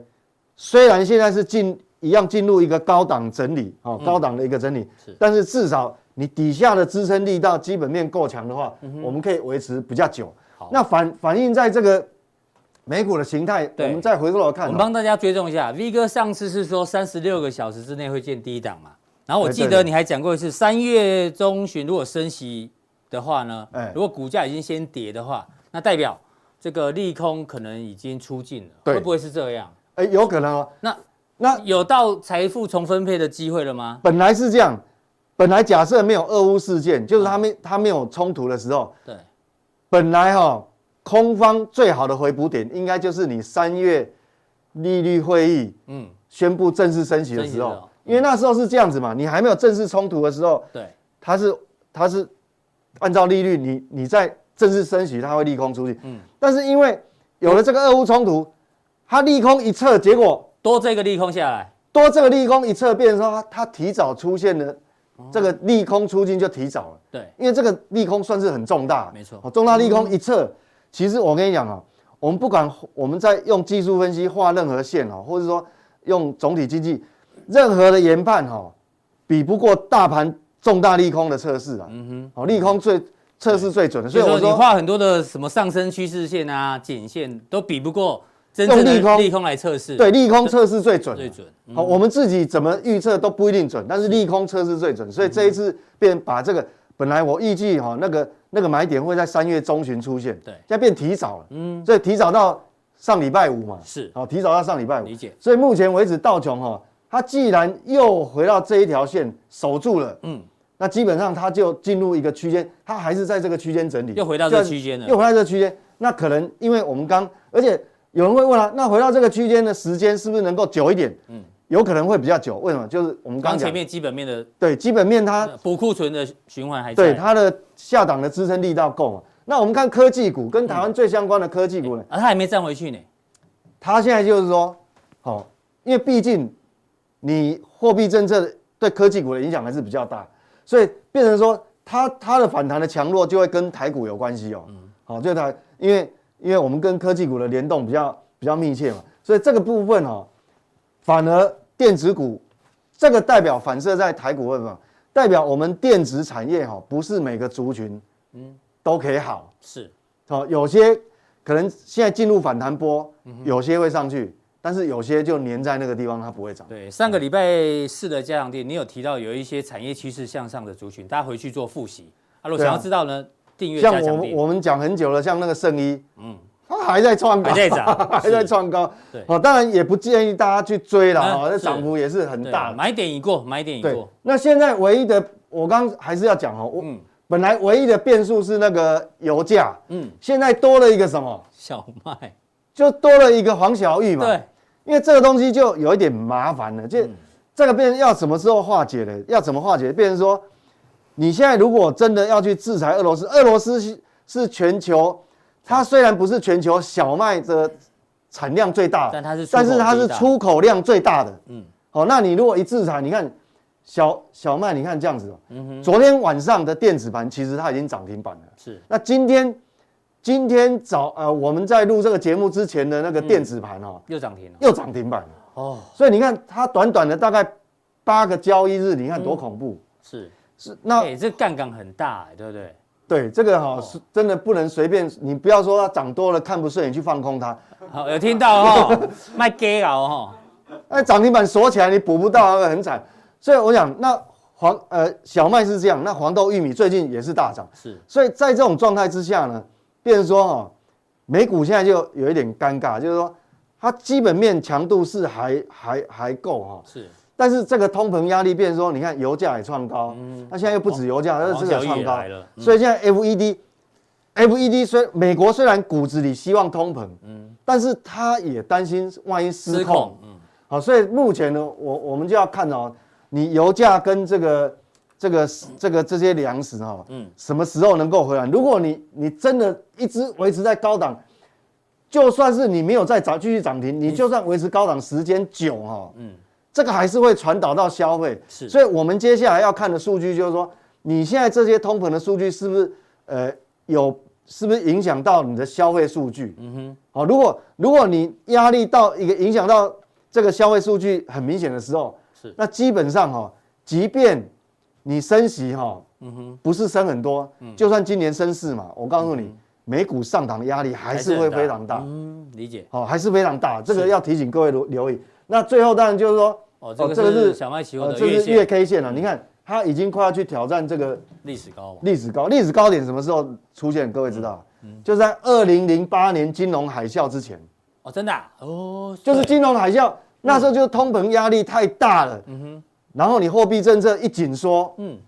Speaker 3: 虽然现在是进一样进入一个高档整理，哦，
Speaker 1: 嗯
Speaker 3: 高档的一个整理，但是至少你底下的支撑力道基本面够强的话，
Speaker 1: 嗯
Speaker 3: 我们可以维持比较久。那反反映在这个美股的形态，我
Speaker 1: 对
Speaker 3: 们再回过头看
Speaker 1: 我
Speaker 3: 哦、
Speaker 1: 们帮大家追踪一下，V 哥上次是说三十六个小时之内会见低档嘛？然后我
Speaker 3: 哎
Speaker 1: 记
Speaker 3: 对
Speaker 1: 得
Speaker 3: 的
Speaker 1: 你还讲过一次，三月中旬如果升息的话呢
Speaker 3: 哎，
Speaker 1: 如果股价已经先跌的话，那代表这个利空可能已经出尽了，
Speaker 3: 对
Speaker 1: 会不会是这样？
Speaker 3: 哎、有可能哦。
Speaker 1: 那
Speaker 3: 那
Speaker 1: 有到财富重分配的机会了吗？
Speaker 3: 本来是这样，本来假设没有俄乌事件，就是他们他没有冲突的时候，
Speaker 1: 对，
Speaker 3: 本来哈、空方最好的回补点应该就是你三月利率会议
Speaker 1: 嗯，
Speaker 3: 宣布正式升息的
Speaker 1: 升息
Speaker 3: 时
Speaker 1: 的时
Speaker 3: 候
Speaker 1: 候，嗯
Speaker 3: 因为那时候是这样子嘛，你还没有正式冲突的时候，
Speaker 1: 对，
Speaker 3: 它是它是按照利率，你
Speaker 1: 嗯
Speaker 3: 你在正式升息，它会利空出去。但是因为有了这个俄乌冲突，它利空一测，结果
Speaker 1: 多这个利空下来，
Speaker 3: 多这个利空一测，变成说它它提早出现了，
Speaker 1: 哦
Speaker 3: 这个利空出尽就提早了。
Speaker 1: 对，
Speaker 3: 因为这个利空算是很重大，
Speaker 1: 没错嗯
Speaker 3: 哦重大利空一测，其实我跟你讲啊，我们不管我们在用技术分析画任何线哦，或者说用总体经济，任何的研判哈，比不过大盘重大利空的测试啊。嗯哼，哦，利空最测试最准的，
Speaker 1: 所
Speaker 3: 所以
Speaker 1: 以
Speaker 3: 我
Speaker 1: 说你
Speaker 3: 说
Speaker 1: 画很多的什么上升趋势线啊、颈线都比不过真正
Speaker 3: 用
Speaker 1: 的
Speaker 3: 利空
Speaker 1: 利空来测试，
Speaker 3: 对，利空测试最准啊，
Speaker 1: 最准。
Speaker 3: 好、我们自己怎么预测都不一定准，但是利空测试最
Speaker 1: 嗯
Speaker 3: 准，所以这一次便把这个本来我预计哈、那个那个买点会在三月中旬出现，
Speaker 1: 对
Speaker 3: 现在变提早了，嗯，所以提早到上礼拜五嘛，
Speaker 1: 是
Speaker 3: 好、提早到上礼拜五，
Speaker 1: 理解。
Speaker 3: 所以目前为止道琼哈、它既然又回到这一条线守住了，嗯，那基本上它就进入一个区间，它还是在这个区间整理，
Speaker 1: 又回到这个区间了
Speaker 3: 又回到这个区间，那可能因为我们刚，而且有人会问啊，那回到这个区间的时间是不是能够久一点？嗯，有可能会比较久，为什么？就是我们刚
Speaker 1: 刚
Speaker 3: 讲
Speaker 1: 前面基本面的
Speaker 3: 对基本面它
Speaker 1: 呃补库存的循环还在，
Speaker 3: 对它的下档的支撑力道够嘛？那我们看科技股跟台
Speaker 1: 嗯
Speaker 3: 湾最相关的科技股呢，
Speaker 1: 啊，它还没站回去呢。
Speaker 3: 它现在就是说，好、因为毕竟你货币政策对科技股的影响还是比较大，所以变成说它它的反弹的强弱就会跟台股有关系哦。好、就它因为因为我们跟科技股的联动比较比较密切嘛，所以这个部分哦，反而电子股这个代表反射在台股会嘛，代表我们电子产业哈、哦，不是每个族群嗯都可以好。
Speaker 1: 是，
Speaker 3: 好、有些可能现在进入反弹波，有些会上去，但是有些就粘在那个地方，它不会涨。
Speaker 1: 对，上个礼拜四的加强店，你有提到有一些产业趋势向上的族群，大家回去做复习。啊，如果
Speaker 3: 对啊
Speaker 1: 想要知道呢，订阅加
Speaker 3: 像
Speaker 1: 强
Speaker 3: 我们
Speaker 1: 店
Speaker 3: 我们讲很久了，像那个圣衣，嗯，它还在创高，
Speaker 1: 还在涨
Speaker 3: 还在创高。
Speaker 1: 对
Speaker 3: 哦，当然也不建议大家去追了
Speaker 1: 嗯
Speaker 3: 哦，那
Speaker 1: 是
Speaker 3: 涨幅也是很
Speaker 1: 对啊
Speaker 3: 大的。
Speaker 1: 买点已过，买点已
Speaker 3: 对
Speaker 1: 过，，
Speaker 3: 那现在唯一的，我刚还是要讲哦，我本来唯一的变数是那个油价，
Speaker 1: 嗯
Speaker 3: 嗯，现在多了一个什么？
Speaker 1: 小麦，
Speaker 3: 就多了一个黄小玉嘛。
Speaker 1: 对，
Speaker 3: 因为这个东西就有一点麻烦了，
Speaker 1: 嗯
Speaker 3: 就这个变成要什么时候化解呢？要怎么化解？变成说，你现在如果真的要去制裁俄罗斯，俄罗斯是是全球，它虽然不是全球小麦的产量最大，
Speaker 1: 但它是出口
Speaker 3: 但是它
Speaker 1: 最
Speaker 3: 是
Speaker 1: 大
Speaker 3: 出口量最大的。嗯，好、那你如果一制裁，你看小小麦，你看这样子、哦，
Speaker 1: 嗯
Speaker 3: 昨天晚上的电子盘其实它已经涨停板了。
Speaker 1: 是
Speaker 3: 那今天今天早呃，我们在录这个节目之前的那
Speaker 1: 嗯
Speaker 3: 个电子盘哦，
Speaker 1: 又涨停了。
Speaker 3: 又涨停板了。
Speaker 1: 哦，
Speaker 3: 所以你看，它短短的大概八个交易日，你看多恐怖。
Speaker 1: 是，
Speaker 3: 是那、
Speaker 1: 哎，这杠杆很大，哎对不对？
Speaker 3: 对这个哈、是真的不能随便，你不要说它涨多了看不顺眼去放空它。
Speaker 1: 好，有听到 哦，卖 gay 佬哦，
Speaker 3: 那哎涨停板锁起来，你补不到，那很惨。所以我想，那黄呃小麦是这样，那黄豆、玉米最近也是大涨。
Speaker 1: 是
Speaker 3: 所以在这种状态之下呢，变成说哦，美股现在就有一点尴尬，就是说它基本面强度是还还还够哈、
Speaker 1: 是，
Speaker 3: 但是这个通膨压力变成说，你看油价也创高，那现在又不止油价，那这个也
Speaker 1: 嗯哦黄小玉
Speaker 3: 创
Speaker 1: 也
Speaker 3: 高
Speaker 1: 来了，嗯
Speaker 3: 所以现在 E FED。FED E 虽美国虽然骨子里希望通膨，但是他也担心万一失
Speaker 1: 嗯
Speaker 3: 控，
Speaker 1: 失控，嗯，
Speaker 3: 好，所以目前呢，我我们就要看哦，你油价跟这个这个这个这些粮食哈、哦，
Speaker 1: 嗯
Speaker 3: 嗯，什么时候能够回来？如果你你真的一直维持在高档，就算是你没有再涨继续涨停，你就算维持高档时间久哈、哦，嗯，这个还是会传导到消费，
Speaker 1: 是
Speaker 3: 所以我们接下来要看的数据就是说，你现在这些通膨的数据是不是呃有是不是影响到你的消费数据？嗯哼，好、如果如果你压力到一个影响到这个消费数据很明显的时候，
Speaker 1: 是
Speaker 3: 那基本上哈、即便你升息哈、嗯哼，嗯不是升很多，就算今年升四嘛，我告诉你，美股上涨的压力还是会非常大，
Speaker 1: 嗯，理解。
Speaker 3: 好、还是非常大，这个要提醒各位留留意。那最后当然就是说，
Speaker 1: 哦，这个是小麦期货
Speaker 3: 呃
Speaker 1: 的
Speaker 3: 这
Speaker 1: 月
Speaker 3: 是月
Speaker 1: 线
Speaker 3: K 线了、你看它已经快要去挑战这个
Speaker 1: 历史高嘛，
Speaker 3: 历史高，历史高点什么时候出现？各位知道，啊
Speaker 1: 嗯
Speaker 3: 就在二零零八年金融海啸之前，
Speaker 1: 哦，真的啊哦，
Speaker 3: 就是
Speaker 1: 对
Speaker 3: 金融海啸那时候就是通膨压力太大了，然后你货币政策一紧缩，
Speaker 1: 嗯
Speaker 3: 嗯，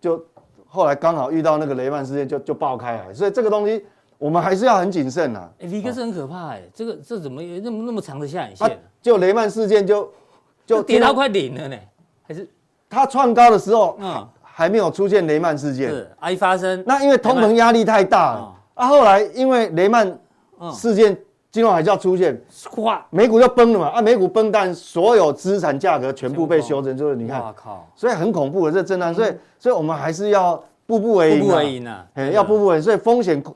Speaker 3: 就后来刚好遇到那个雷曼事件就就爆开来，所以这个东西我们还是要很谨慎啊。
Speaker 1: 哎，V 哥是很可怕哎，这个这怎么有那么那么长的下影
Speaker 3: 啊
Speaker 1: 线啊？，
Speaker 3: 就雷曼事件就
Speaker 1: 就
Speaker 3: 就
Speaker 1: 跌到快零了呢，还是
Speaker 3: 它创高的时候，
Speaker 1: 嗯
Speaker 3: 嗯，还没有出现雷曼事件，
Speaker 1: 是啊一发生哦嗯
Speaker 3: 那因为通膨压力太大了，啊，后来因为雷曼事件金融海啸出现，
Speaker 1: 哇
Speaker 3: 美股就崩了嘛，啊，美股崩，但所有资产价格全部被修正，就是你
Speaker 1: 哇
Speaker 3: 看，
Speaker 1: 靠，
Speaker 3: 所以很恐怖的这震荡，所以所以我们还是要步步为
Speaker 1: 步
Speaker 3: 营、啊，
Speaker 1: 步为营啊，
Speaker 3: 哎，要步步为营，所以风险控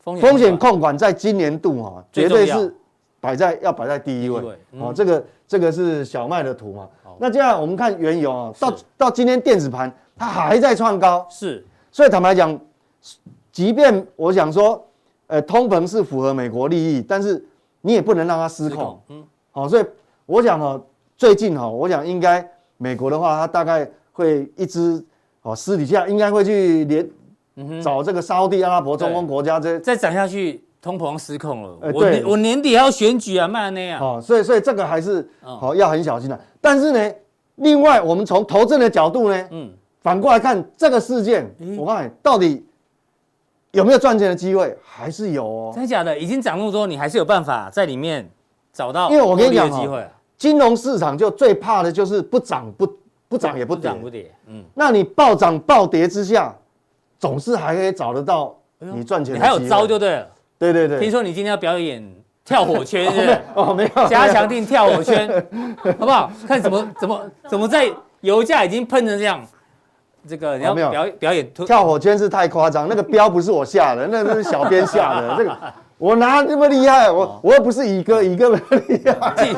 Speaker 1: 风
Speaker 3: 风险控管在今年度哈、
Speaker 1: 最
Speaker 3: 绝
Speaker 1: 重要
Speaker 3: 对是摆在要摆在第一位。
Speaker 1: 第一位嗯
Speaker 3: 哦，这个这个是小麦的图嘛。那接下来我们看原油啊，到到今天电子盘它还在创高，
Speaker 1: 是
Speaker 3: 所以坦白讲，即便我想说，呃，通膨是符合美国利益，但是你也不能让它失控。
Speaker 1: 控，嗯，
Speaker 3: 好、所以我想哦，最近哦，我想应该美国的话，它大概会一直哦私底下应该会去连、找这个沙地阿拉伯、中东
Speaker 1: 嗯对
Speaker 3: 国家这
Speaker 1: 再涨下去，通膨失控了。
Speaker 3: 呃
Speaker 1: 我
Speaker 3: 对
Speaker 1: 年我年底还要选举啊，曼那啊，
Speaker 3: 哦，所以所以这个还是
Speaker 1: 嗯
Speaker 3: 好、要很小心的、但是呢，另外我们从投资人的角度呢，
Speaker 1: 嗯，
Speaker 3: 反过来看这个事件，
Speaker 1: 咦
Speaker 3: 我告诉你，到底有没有赚钱的机会，还是有哦。
Speaker 1: 真的假的？已经涨那么多，你还是有办法在里面找到
Speaker 3: 因为我跟你
Speaker 1: 获利的
Speaker 3: 讲哦
Speaker 1: 机会啊，
Speaker 3: 金融市场就最怕的就是不涨不不涨也不跌
Speaker 1: 涨，不跌，嗯，
Speaker 3: 那你暴涨暴跌之下，总是还可以找得到你赚钱
Speaker 1: 哎你
Speaker 3: 的
Speaker 1: 还
Speaker 3: 机会。
Speaker 1: 有招就对了。
Speaker 3: 对对对，
Speaker 1: 听说你今天要表演跳火圈，是不是？
Speaker 3: 哦没有没有
Speaker 1: 加强定跳火圈，好不好？看怎么怎么怎么在油价已经喷成这样，这个你要
Speaker 3: 哦没有
Speaker 1: 表表演突
Speaker 3: 跳火圈是太夸张，那个标不是我下的，那是小编 下的。这个我哪那么厉害？
Speaker 1: 哦
Speaker 3: 我我又不是乙哥，乙哥没厉害。
Speaker 1: 进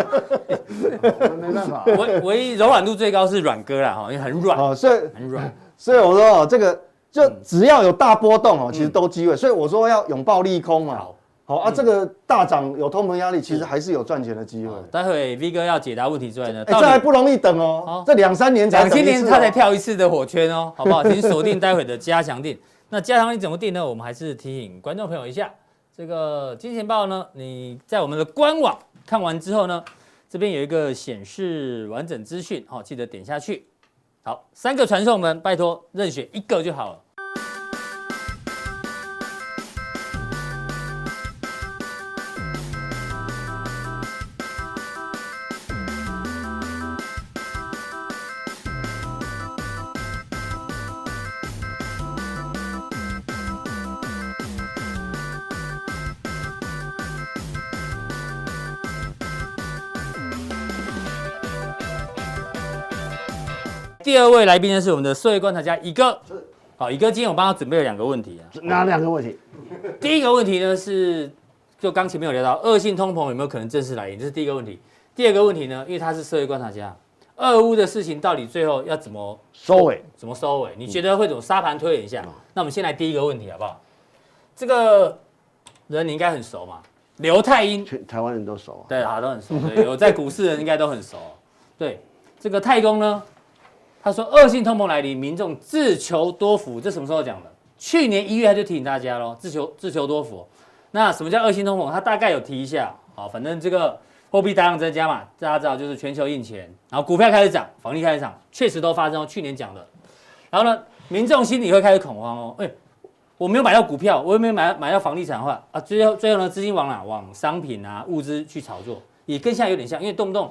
Speaker 2: 没办法，
Speaker 1: 唯唯一柔软度最高是软哥啦，哈，因为很软，
Speaker 3: 哦，所以
Speaker 1: 很软，
Speaker 3: 所以我说哦，这个就
Speaker 1: 嗯
Speaker 3: 只要有大波动哦，其实都机会。所以我说要拥抱利空嘛
Speaker 1: 好。嗯
Speaker 3: 好啊，这个大涨有通膨压力，其实还是有赚钱的机会。
Speaker 1: 待会 V 哥要解答问题之外呢，
Speaker 3: 哎，这还
Speaker 1: 到底
Speaker 3: 不容易等
Speaker 1: 好
Speaker 3: 哦，这两三年才
Speaker 1: 两
Speaker 3: 等一次
Speaker 1: 千
Speaker 3: 哦
Speaker 1: 年他才跳一次的火圈哦，好不好？请锁定待会的加强定。 那加强定怎么定呢？我们还是提醒观众朋友一下，这个金钱豹呢，你在我们的官网看完之后呢，这边有一个显示完整资讯，好、记得点下去。好，三个传送门，拜托任选一个就好了。第二位来宾呢是我们的社会观察家一哥，好，一哥今天我帮他准备了两个问题啊。
Speaker 2: 哪两个问题？
Speaker 1: 第一个问题呢是，就刚前面有聊到，恶性通膨有没有可能正式来临？这是第一个问题。第二个问题呢，因为他是社会观察家，俄乌的事情到底最后要怎么
Speaker 2: 收尾。
Speaker 1: 怎么收尾？你觉得会怎么沙盘推演一下？那我们先来第一个问题好不好？这个人你应该很熟嘛，刘太英，
Speaker 2: 全台湾人都熟啊，
Speaker 1: 对，大家都很熟，对，有在股市的人应该都很熟。对，这个太公呢，他说恶性通膨来临，民众自求多福，这什么时候讲的？去年一月他就提醒大家咯，自求自求多福。那什么叫恶性通膨？他大概有提一下，好，反正这个货币大量增加嘛，大家知道就是全球印钱，然后股票开始涨，房地开始涨，确实都发生哦，去年讲的。然后呢，民众心里会开始恐慌哦，哎、我没有买到股票，我也没有买买到房地产的话啊，最后最后呢，资金往哪？往商品啊、物资去炒作，也跟现在有点像，因为动不动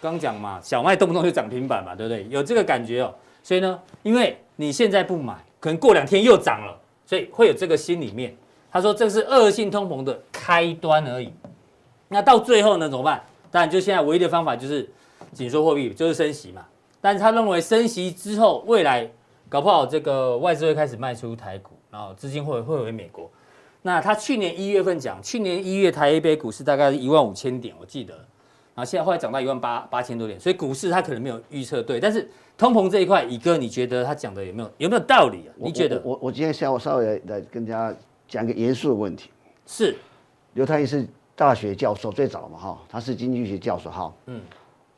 Speaker 1: 刚讲嘛，小麦动不动就涨停板嘛，对不对？有这个感觉哦。所以呢，因为你现在不买，可能过两天又涨了，所以会有这个心里面。他说这是恶性通膨的开端而已。那到最后呢，怎么办？当然，就现在唯一的方法就是紧缩货币，就是升息嘛。但是他认为升息之后，未来搞不好这个外资会开始卖出台股，然后资金会会回美国。那他去年一月份讲，去年一月台 A 杯股市大概一万五千点，我记得，然后现在后来涨到一万八八千多点，所以股市他可能没有预测对，但是通膨这一块，乙哥你觉得他讲的有没有有没有道理啊？
Speaker 2: 我
Speaker 1: 你觉得
Speaker 2: 我我我今天下午稍微来跟大家讲一个严肃的问题。
Speaker 1: 是
Speaker 2: 刘太医是大学教授，最早嘛哈，他是经济学教授。好，嗯，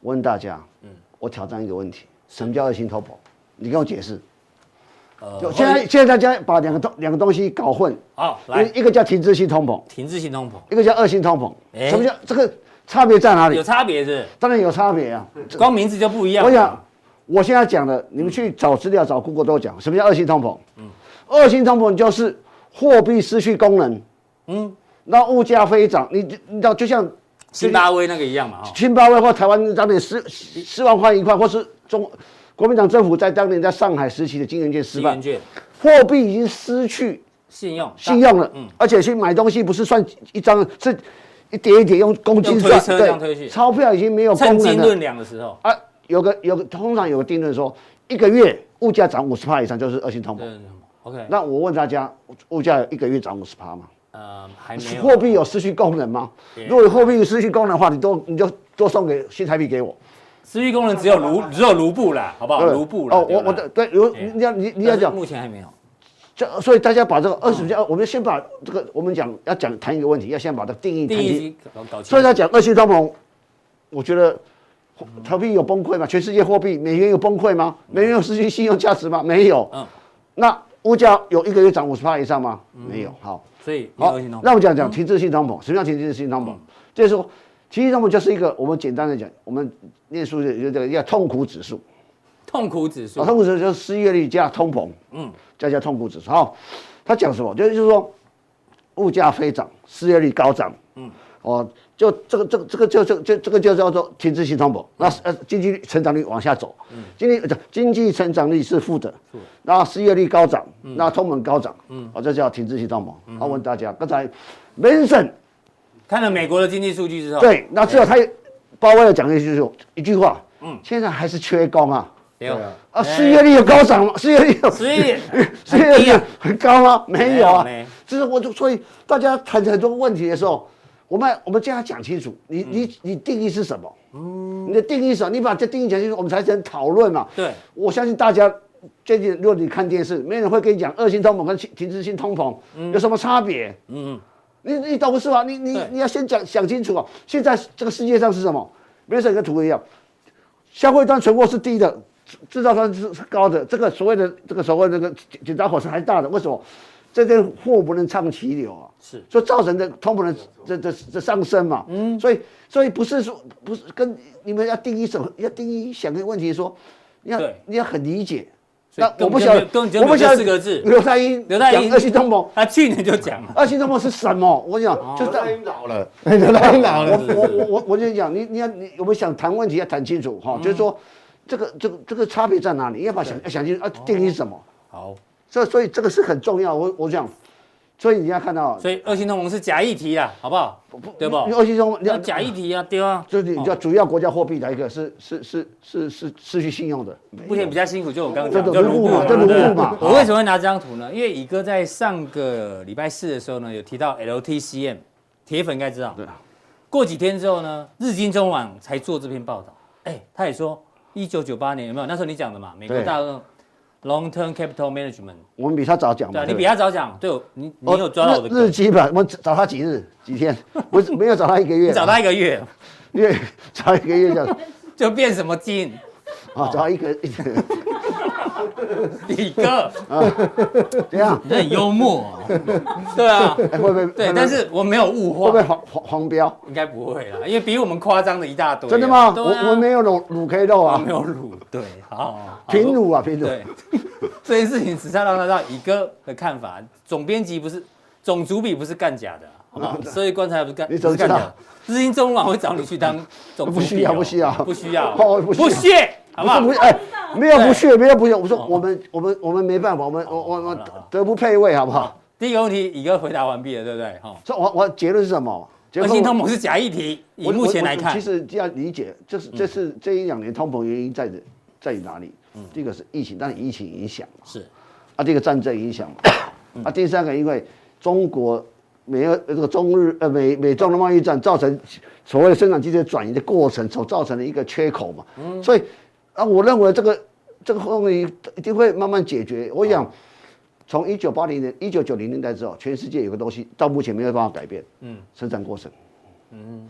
Speaker 2: 问大家，嗯，我挑战一个问题：什么叫恶性通膨？你跟我解释。
Speaker 1: 呃
Speaker 2: 就现在现在大家把两个东两个东西搞混，
Speaker 1: 好来
Speaker 2: 一一个叫停滞性通膨，
Speaker 1: 停滞性通膨
Speaker 2: 一个叫恶性通
Speaker 1: 哎
Speaker 2: 膨。什么叫这个差别在哪
Speaker 1: 有
Speaker 2: 里？
Speaker 1: 差别是
Speaker 2: 当然有差别啊。
Speaker 1: 不是光名字就不一样。
Speaker 2: 我想，我现在讲的，你们去找资料、找 Google 都有讲，什么叫恶性通膨？嗯，恶性通膨就是货币失去功能，
Speaker 1: 嗯，
Speaker 2: 那物价飞涨，你你你知道，就像
Speaker 1: 津巴威那个一样嘛，哦
Speaker 2: 津巴威或台湾当年十十十万块一块，或是中国民党政府在当年在上海时期的金元券失
Speaker 1: 金
Speaker 2: 败
Speaker 1: 圆，券、
Speaker 2: 货币已经失去
Speaker 1: 信用、嗯
Speaker 2: 信用了，而且去买东西不是算一张，是一叠一叠用公斤
Speaker 1: 用推
Speaker 2: 算，
Speaker 1: 车这样推去
Speaker 2: 钞票已经没有功
Speaker 1: 趁斤
Speaker 2: 能了
Speaker 1: 论两的时候，
Speaker 2: 啊。有个有个通常有个定论说，一个月物价涨五十以上就是恶性通膨。
Speaker 1: 对，OK，
Speaker 2: 那我问大家，物价有一个月涨五十趴吗？
Speaker 1: 呃，还没有
Speaker 2: 货币有失去功能吗？如果货币失去功能的话，你多你就多送给新台币给我。
Speaker 1: 失去功能只有卢只有卢布啦，好不好？
Speaker 2: 对
Speaker 1: 卢布啦。
Speaker 2: 哦，我
Speaker 1: 对吧
Speaker 2: 我的对，如
Speaker 1: 对
Speaker 2: 你要你
Speaker 1: 但
Speaker 2: 你要
Speaker 1: 是
Speaker 2: 讲
Speaker 1: 目前还没有。
Speaker 2: 这，所以大家把这个二十加，我们先把这个我们讲要讲谈一个问题，要先把这个定义谈
Speaker 1: 第一
Speaker 2: 清。
Speaker 1: 集搞搞
Speaker 2: 所
Speaker 1: 清
Speaker 2: 以
Speaker 1: 楚，
Speaker 2: 他讲恶性通膨，我觉得台币有崩溃吗？全世界货币美元有崩溃吗？美元有失去信用价值吗？没有。
Speaker 1: 嗯
Speaker 2: 那物价有一个月涨五十以上吗？没有。好，
Speaker 1: 所以没有
Speaker 2: 好
Speaker 1: 恶性通，膨
Speaker 2: 那我讲讲停滞性通膨，什么叫停滞性通膨？就是说，停滞性通膨就是一个我们简单的讲，我们念书就就这个叫痛苦指数，
Speaker 1: 痛苦指数
Speaker 2: 啊，痛苦指数就是失业率加通膨，嗯，再加痛苦指数。好，他讲什么？就是就是说，物价飞涨，失业率高涨，嗯，哦，就这个这个这个就就就这个就叫做停滞性通膨。那呃，经济率成长率往下走，经济呃经济成长率是负的，那失业率高涨，那通膨高涨，嗯，哦，这叫停滞性通膨。我问大家，刚才 Vincent
Speaker 1: 看了美国的经济数据之后，
Speaker 2: 对，那最后他也鲍威尔讲的就是一句话，嗯，现在还是缺工啊。
Speaker 1: 没有
Speaker 3: 对啊
Speaker 2: 啊，
Speaker 1: 哎
Speaker 2: 失业率有高涨吗？失业率有
Speaker 1: 失业 率
Speaker 2: 失业
Speaker 1: 很低
Speaker 2: 率
Speaker 1: 啊
Speaker 2: 很高吗？没有啊
Speaker 1: 没有呢，
Speaker 2: 就是我就所以大家谈很多问题的时候，我们我们这样讲清楚，
Speaker 1: 嗯
Speaker 2: 你你你定义是什么？嗯，你的定义是什么？你把这定义讲清楚，我们才能讨论嘛。
Speaker 1: 对，
Speaker 2: 我相信大家最近如果你看电视，没人会跟你讲恶性通膨跟停停滞性通膨有什么差别。
Speaker 1: 嗯嗯，
Speaker 2: 你你懂是啊吧？你你
Speaker 1: 对
Speaker 2: 你要先讲想清楚啊！现在这个世界上是什么？没事，跟土一样，消费端存货是低的，制制造端是是高的。这个所谓的这个所谓的那个紧紧张火是还大的，为什么？这跟货不能长期流啊，
Speaker 1: 是
Speaker 2: 所以造成的通膨的这这这上升嘛。嗯，所以所以不是说不是跟你们要定义什么，要定义想个问题说，你要
Speaker 1: 对
Speaker 2: 你要很理解。
Speaker 1: 所以
Speaker 2: 那我不
Speaker 1: 根本就没
Speaker 2: 晓得
Speaker 1: 有根本，就
Speaker 2: 我不
Speaker 1: 没有这
Speaker 2: 晓得
Speaker 1: 四个字
Speaker 2: 刘太英，
Speaker 1: 刘太英
Speaker 2: 讲恶性通膨，
Speaker 1: 他去年就讲了，
Speaker 2: 二性通膨是什么？我跟你
Speaker 1: 哦
Speaker 2: 讲，就哎
Speaker 4: 就是是他
Speaker 2: 这样。
Speaker 4: 老了，
Speaker 3: 太老
Speaker 2: 我
Speaker 3: 了，
Speaker 2: 我我我我就讲，你你要你我们想谈问题要谈清楚哈，
Speaker 1: 嗯
Speaker 2: 就是说这个这个这个差别在哪里？要把想要想清楚啊，定义是什么？
Speaker 1: 好，
Speaker 2: 这所以这个是很重要。我我讲，所以你要看到，
Speaker 1: 所以恶性通膨是假议题啦，好不好？对不？
Speaker 2: 二性通膨，你
Speaker 1: 要
Speaker 2: 要
Speaker 1: 假议题啊，对啊，
Speaker 2: 就是你叫主要国家货币哪一个是是是是是失去信用的？
Speaker 1: 目前比较辛苦，就我刚刚讲，就
Speaker 2: 这个
Speaker 1: 卢布
Speaker 2: 卢布
Speaker 1: 嘛，
Speaker 2: 嘛这卢布
Speaker 1: 对不对
Speaker 2: 嘛
Speaker 1: 我为什么会拿这张图呢？因为乙哥在上个礼拜四的时候呢，有提到 LTCM，铁粉应该知道。
Speaker 2: 对啊
Speaker 1: 过几天之后呢，日经中网才做这篇报道。哎，他也说，一九九八年有没有？那时候你讲的嘛，美国
Speaker 2: 对
Speaker 1: 大陆 long term capital management，
Speaker 2: 我们比他早讲
Speaker 1: 对
Speaker 2: 嘛，
Speaker 1: 啊，你
Speaker 2: 哦对不
Speaker 1: 比
Speaker 2: 对
Speaker 1: 他早讲，对我你你有抓到我的
Speaker 2: 哦日日
Speaker 1: 梗，
Speaker 2: 期吧？我们找他几日几天？不是没有找他一个月
Speaker 1: 你
Speaker 2: 啊，
Speaker 1: 找 他一个月
Speaker 2: 月找一个月这样
Speaker 1: 就变什么 金？
Speaker 2: 啊，
Speaker 1: 哦
Speaker 2: 找一个 怎
Speaker 1: 乙哥，
Speaker 2: 啊样？
Speaker 1: 你很幽默 哦，对啊，
Speaker 2: 哎会不会？会
Speaker 1: 对，
Speaker 2: 不会
Speaker 1: 但是我没有物化
Speaker 2: 会不会。黄黄黄标？
Speaker 1: 应该不会啦，因为比我们夸张的一大堆啊。
Speaker 2: 真的吗？我
Speaker 1: 对啊
Speaker 2: 我没有乳乳 K 肉
Speaker 1: 我
Speaker 2: 啊
Speaker 1: 没，有乳，对，好，好
Speaker 2: 平。乳啊平乳。
Speaker 1: 对，这件事情只是要让大家知道乙哥的看法。总编辑不是总主笔不是干假的啊，好不 好？所以棺材不是干，
Speaker 2: 你
Speaker 1: 不
Speaker 2: 怎
Speaker 1: 是
Speaker 2: 么
Speaker 1: 干
Speaker 2: 知
Speaker 1: 假
Speaker 2: 道
Speaker 1: 的。日经中网会找你去当总主笔哦
Speaker 2: 不需要不需要
Speaker 1: 不需要，
Speaker 2: 哦不需要
Speaker 1: 屑，好不好？
Speaker 2: 不是哎，没有
Speaker 1: 对哦
Speaker 2: 不屑，没有不屑。我说我们我们我们没办法，我们我我
Speaker 1: 好
Speaker 2: 我
Speaker 1: 了好了
Speaker 2: 德不配位，好不好？
Speaker 1: 第一个问题，乙哥回答完毕了，对不对？哈，
Speaker 2: 所以我我结论是什么？结
Speaker 1: 恶
Speaker 2: 论
Speaker 1: 性通膨是假议题，以
Speaker 2: 我
Speaker 1: 目前来
Speaker 2: 我我
Speaker 1: 看嗯
Speaker 2: 其，实要理解，这是这是这一两年通膨原因在于在于哪里？第一个是疫情，当然疫情影响嘛。
Speaker 1: 是
Speaker 2: 啊，这个战争影响嘛。
Speaker 1: 嗯
Speaker 2: 啊，第三个，因为中国美俄这个中日呃美美中的贸易战造成所谓的生产基地转移的过程所造成的一个缺口嘛。
Speaker 1: 嗯
Speaker 2: 所以啊，我认为这个这个问题一定会慢慢解决。我
Speaker 1: 嗯
Speaker 2: 想，从一九八零年、一九九零年代之后，全世界有个东西到目前没有办法改变，嗯，生产过程。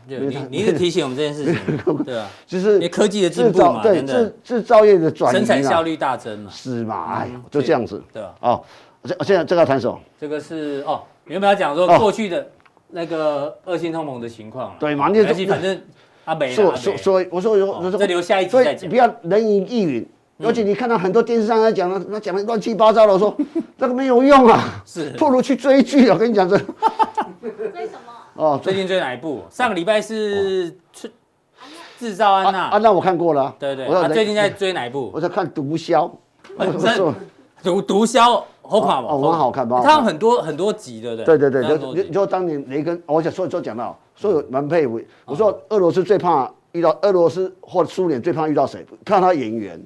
Speaker 1: 对你你是提醒我们这件事 情，对啊，
Speaker 2: 就是
Speaker 1: 因为科技的进
Speaker 2: 制
Speaker 1: 步嘛
Speaker 2: 造对
Speaker 1: 等等
Speaker 2: 制制造业的转移
Speaker 1: 生产效
Speaker 2: 率
Speaker 1: 率大增嘛。
Speaker 2: 是嘛？哎呦，啊就这样子。
Speaker 1: 对啊
Speaker 2: 哦，这现在这个要谈什么？
Speaker 1: 这个是哦，原本要讲说
Speaker 2: 哦
Speaker 1: 过去的那个恶性通膨的情况啦，
Speaker 2: 对嘛你
Speaker 1: 没关系反正阿北啦，啊
Speaker 2: 所
Speaker 1: 阿
Speaker 2: 所
Speaker 1: 北
Speaker 2: 所以我说有
Speaker 1: 哦
Speaker 2: 我说
Speaker 1: 这留下一集
Speaker 2: 所
Speaker 1: 再
Speaker 2: 以
Speaker 1: 讲嗯
Speaker 2: 不要人云亦云。尤其你看到很多电视上在讲了，那讲的乱七八糟的，我 说那个没有用啊，
Speaker 1: 是
Speaker 2: 不如去追剧啊！我跟你讲这
Speaker 5: 为什么？
Speaker 2: 哦，
Speaker 1: 最近追哪一部？上个礼拜是制制造安
Speaker 2: 啊啊，
Speaker 1: 娜，
Speaker 2: 那我看过了啊，
Speaker 1: 对对，
Speaker 2: 我说
Speaker 1: 啊
Speaker 2: 人
Speaker 1: 最近在追哪一部
Speaker 2: 我？在看毒枭，
Speaker 1: 本
Speaker 2: 我
Speaker 1: 身
Speaker 2: 说
Speaker 1: 毒毒枭好看吗？
Speaker 2: 哦蛮好看蛮好看
Speaker 1: 它有很多很多集，对不对？
Speaker 2: 对对对，
Speaker 1: 它有
Speaker 2: 就
Speaker 1: 很多
Speaker 2: 就
Speaker 1: 集
Speaker 2: 就当年雷根，哦我讲所以就讲到，所以
Speaker 1: 嗯
Speaker 2: 我蛮佩
Speaker 1: 哦
Speaker 2: 服。我说俄罗斯最怕遇到俄罗斯或苏联最怕遇到谁？看他演员，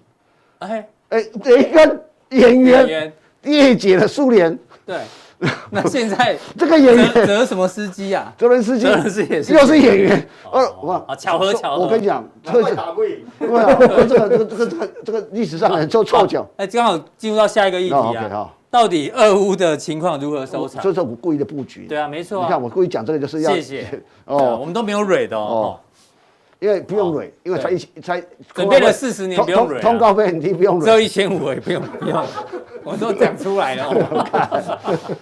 Speaker 1: 哎，
Speaker 2: 哎，雷根演
Speaker 1: 演
Speaker 2: 员
Speaker 1: 员
Speaker 2: 叶解了苏联
Speaker 1: 对，那现 在
Speaker 2: 这个演
Speaker 1: 泽
Speaker 2: 员，
Speaker 1: 泽什么司机啊？
Speaker 2: 泽连斯基
Speaker 1: 泽连斯基也是
Speaker 2: 又是演员，
Speaker 1: 哦
Speaker 2: 呃，哇
Speaker 1: 啊巧合巧合
Speaker 2: 我跟你讲，这
Speaker 4: 难怪
Speaker 2: 个
Speaker 4: 打不赢。
Speaker 2: 对啊，这个这个这个这个这个历史上很凑凑巧。
Speaker 1: 哎，刚好进入到下一个议题
Speaker 2: 那 OK
Speaker 1: 啊，
Speaker 2: 好，
Speaker 1: 到底俄乌的情况如何收场
Speaker 2: 所？以说我故意的布局。
Speaker 1: 对啊，没错啊。
Speaker 2: 你看我故意讲这个就是要
Speaker 1: 谢谢。哦，我
Speaker 2: 哦，
Speaker 1: 们都没有蕊的哦
Speaker 2: 哦。因为不用蕊，因为才
Speaker 1: 对
Speaker 2: 一起才
Speaker 1: 准备了40年
Speaker 2: 通
Speaker 1: 不用
Speaker 2: 通
Speaker 1: 蕊啊
Speaker 2: 通告费很低，不用
Speaker 1: 只有
Speaker 2: 蕊，
Speaker 1: 一千五也不用不 用，我都讲出来了哦。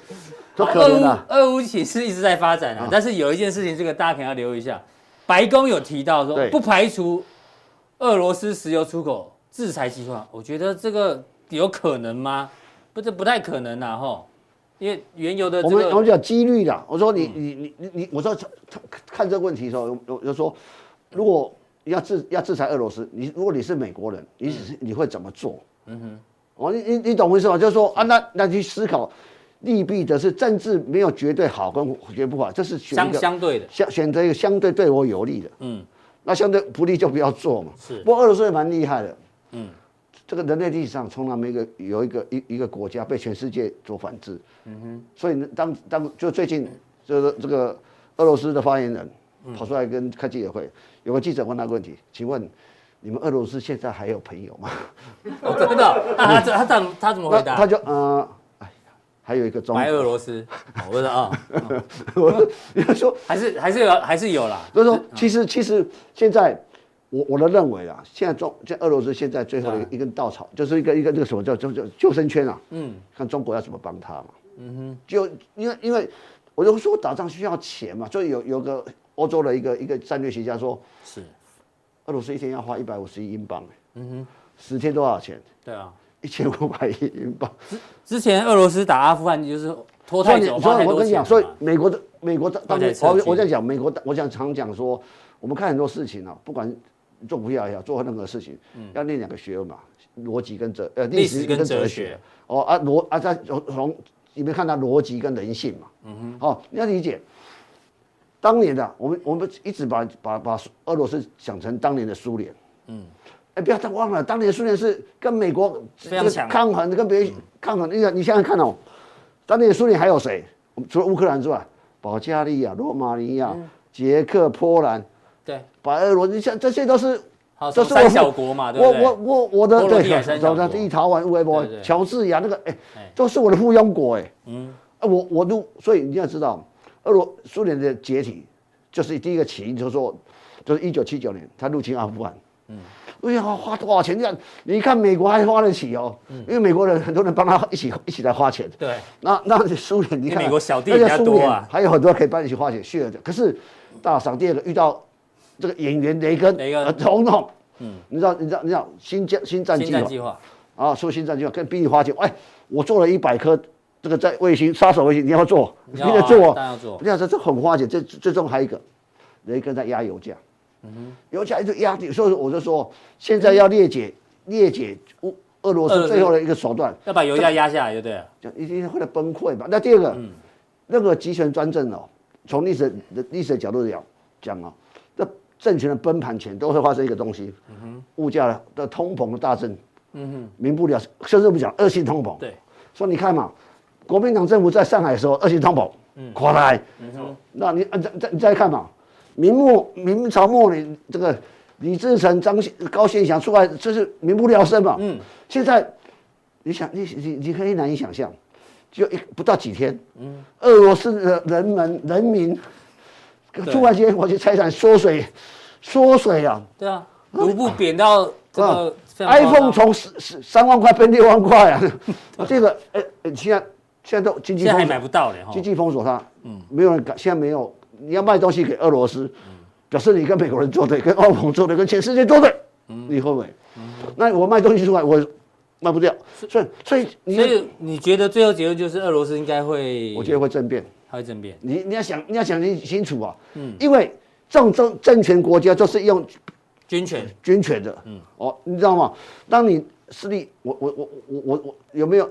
Speaker 2: 多 可
Speaker 1: 俄
Speaker 2: 怜
Speaker 1: 乌
Speaker 2: 啊！
Speaker 1: 俄乌其实一直在发展啊，但是有一件事情，这个大家可能要留意一下。白宫有提到说，
Speaker 2: 对
Speaker 1: 不排除俄罗斯石油出口制裁计划。我觉得这个有可能吗？不，这不太可能啊，吼，因为原油的这
Speaker 2: 我们我
Speaker 1: 个嗯
Speaker 2: 们讲几率啦，我说你你你你你，我说看看这个问题的时候，有有有说，如果要制要制裁俄罗斯，你如果你是美国人，你
Speaker 1: 嗯
Speaker 2: 是你会怎么做？嗯哼，哦，你你你懂我意思吗？就是说啊，那那去思考利弊的是政治没有绝对好跟绝不好，这是选一
Speaker 1: 相
Speaker 2: 个
Speaker 1: 相对的，
Speaker 2: 相选择一个相对对我有利的，
Speaker 1: 嗯，
Speaker 2: 那相对不利就不要做嘛。
Speaker 1: 是
Speaker 2: 不过俄罗斯也蛮厉害的，
Speaker 1: 嗯
Speaker 2: 嗯，这个人类历史上从来没有一个有一个一一个国家被全世界所反制，嗯哼，所以呢当当就最近就是这个俄罗斯的发言人跑出来跟开记者会，有个记者问他个问题，请问你们俄罗斯现在还有朋友吗？
Speaker 1: 哦真的。那他这他怎他怎么回
Speaker 2: 那他
Speaker 1: 答？
Speaker 2: 就呃，哎呀，还有一个中
Speaker 1: 白俄
Speaker 2: 国，
Speaker 1: 罗斯，哦我说啊，嗯
Speaker 2: 我你就 说
Speaker 1: 还是还是有还是有啦。
Speaker 2: 所以说，其实其实现在我我的认为啊，现在中在俄罗斯现在最后的一根稻草，就是一个一个那个什么叫叫叫救生圈啊，
Speaker 1: 嗯，
Speaker 2: 看中国要怎么帮他嘛。嗯哼，就因为因为我就说打仗需要钱嘛，所以有有个欧洲的一个一个战略学家说，
Speaker 1: 是，
Speaker 2: 俄罗斯一天要花一百五十亿英镑，嗯哼，十天多少钱？
Speaker 1: 对啊。
Speaker 2: 一千五百亿英镑。
Speaker 1: 之前俄罗斯打阿富汗就是拖
Speaker 2: 所
Speaker 1: 太
Speaker 2: 以你
Speaker 1: 久，花
Speaker 2: 所
Speaker 1: 太
Speaker 2: 以我
Speaker 1: 多
Speaker 2: 跟你
Speaker 1: 钱了
Speaker 2: 讲，
Speaker 1: 嘛。
Speaker 2: 所以美国的美国的当
Speaker 1: 太
Speaker 2: 年，
Speaker 1: 刺
Speaker 2: 我
Speaker 1: 激
Speaker 2: 我在讲美国的，我想常讲说，我们看很多事情啊，不管做股票也好，做任何事情，要念两个学问嘛，逻辑跟哲呃
Speaker 1: 嗯历史跟哲学
Speaker 2: 哦啊逻啊，它从从里面看到逻辑跟人性嘛，嗯哼，哦，你要理解。当年的、我们我们一直把把把俄罗斯想成当年的苏联，哎，不要忘了，当年苏联是跟美国
Speaker 1: 非常强
Speaker 2: 抗衡，跟别人抗衡。你想，你想想看哦，当年苏联还有谁？我们除了乌克兰之外，保加利亚、罗马尼亚、捷克、波兰、
Speaker 1: 对，
Speaker 2: 白俄罗斯，像这些都是
Speaker 1: 好，
Speaker 2: 这
Speaker 1: 这
Speaker 2: 是
Speaker 1: 三
Speaker 2: 我
Speaker 1: 小国嘛，对
Speaker 2: 我
Speaker 1: 不对？
Speaker 2: 我我我的
Speaker 1: 波罗的海三
Speaker 2: 对，
Speaker 1: 小
Speaker 2: 走
Speaker 1: 国
Speaker 2: 的立陶宛、乌波
Speaker 1: 对对、
Speaker 2: 乔治亚那个，哎
Speaker 1: 哎，
Speaker 2: 都是我的附庸国，哎，
Speaker 1: 嗯，
Speaker 2: 啊，我我都，所以你要知道，俄罗苏联的解体，就是第一个起因，就是说，就是一九七九年他入侵阿富汗。嗯，哎呀，花多少钱？这样你看美国还花得起哦，
Speaker 1: 嗯
Speaker 2: 因为美国人很多人帮他一起一起来花钱。
Speaker 1: 对，
Speaker 2: 那那苏联，你
Speaker 1: 因为
Speaker 2: 看啊
Speaker 1: 美国小弟
Speaker 2: 那个
Speaker 1: 比较
Speaker 2: 苏
Speaker 1: 多
Speaker 2: 联
Speaker 1: 啊
Speaker 2: 还有很多可以帮你一起花钱血的。可是大赏第二个遇到这个演员雷根，
Speaker 1: 雷根
Speaker 2: 呃总统，嗯，你知道你知道你知道新疆新战
Speaker 1: 新
Speaker 2: 计划
Speaker 1: 战计划，
Speaker 2: 啊，说新战计划，跟逼你花钱。哎，我做了一百颗这个在卫星杀手卫星，你要做，你
Speaker 1: 要啊
Speaker 2: 得做
Speaker 1: 当然
Speaker 2: 啊
Speaker 1: 要做。
Speaker 2: 你想说这很花钱，这最终还有一个，雷根在压油价，
Speaker 1: 嗯
Speaker 2: 油价一直压低，所以我就说现在要裂解裂解乌俄
Speaker 1: 俄罗
Speaker 2: 罗斯
Speaker 1: 斯
Speaker 2: 最后的一个手段，
Speaker 1: 要把油价压下来，就对了。
Speaker 2: 就一定会来崩溃吧。那第二个，任何集权专政哦，从历史的历史的角度讲讲哦，这政权的崩盘前都会发生一个东西，物价的通膨的大增，嗯哼，民不聊，甚至不讲恶性通膨。
Speaker 1: 对，
Speaker 2: 说你看嘛，国民党政府在上海的时候恶性通膨，垮台，那你啊再再你再看嘛，明末明朝末年这个李自成、张献高献祥出来，这是民不聊生嘛。嗯，现在你想你你你可以难以想象，就一不到几天，嗯，俄罗斯的人们人民突然间我去财产缩水，缩水啊
Speaker 1: 对啊，卢布贬到这个非常夸张
Speaker 2: 嗯，iPhone 从十十三万块变六万块啊， 这个哎、哎现在现在都经济
Speaker 1: 现在还
Speaker 2: 封
Speaker 1: 买
Speaker 2: 锁，
Speaker 1: 不到嘞，哦哈
Speaker 2: 经，济封锁它，嗯，没有人敢，现在没有，你要卖东西给俄罗斯，
Speaker 1: 嗯
Speaker 2: 表示你跟美国人作对，跟欧盟作对，跟全世界作对，
Speaker 1: 嗯
Speaker 2: 你会不会？那我卖东西出来，我卖不掉，所以所以你
Speaker 1: 所以你觉得最后结论就是俄罗斯应该会，
Speaker 2: 我觉得会政变。
Speaker 1: 它会政变，
Speaker 2: 你你要想你要想清清楚啊，
Speaker 1: 嗯
Speaker 2: 因为这种政政权国家就是用
Speaker 1: 军权
Speaker 2: 军权
Speaker 1: 嗯
Speaker 2: 的，哦，你知道吗？当你势力，我我我我我我有没有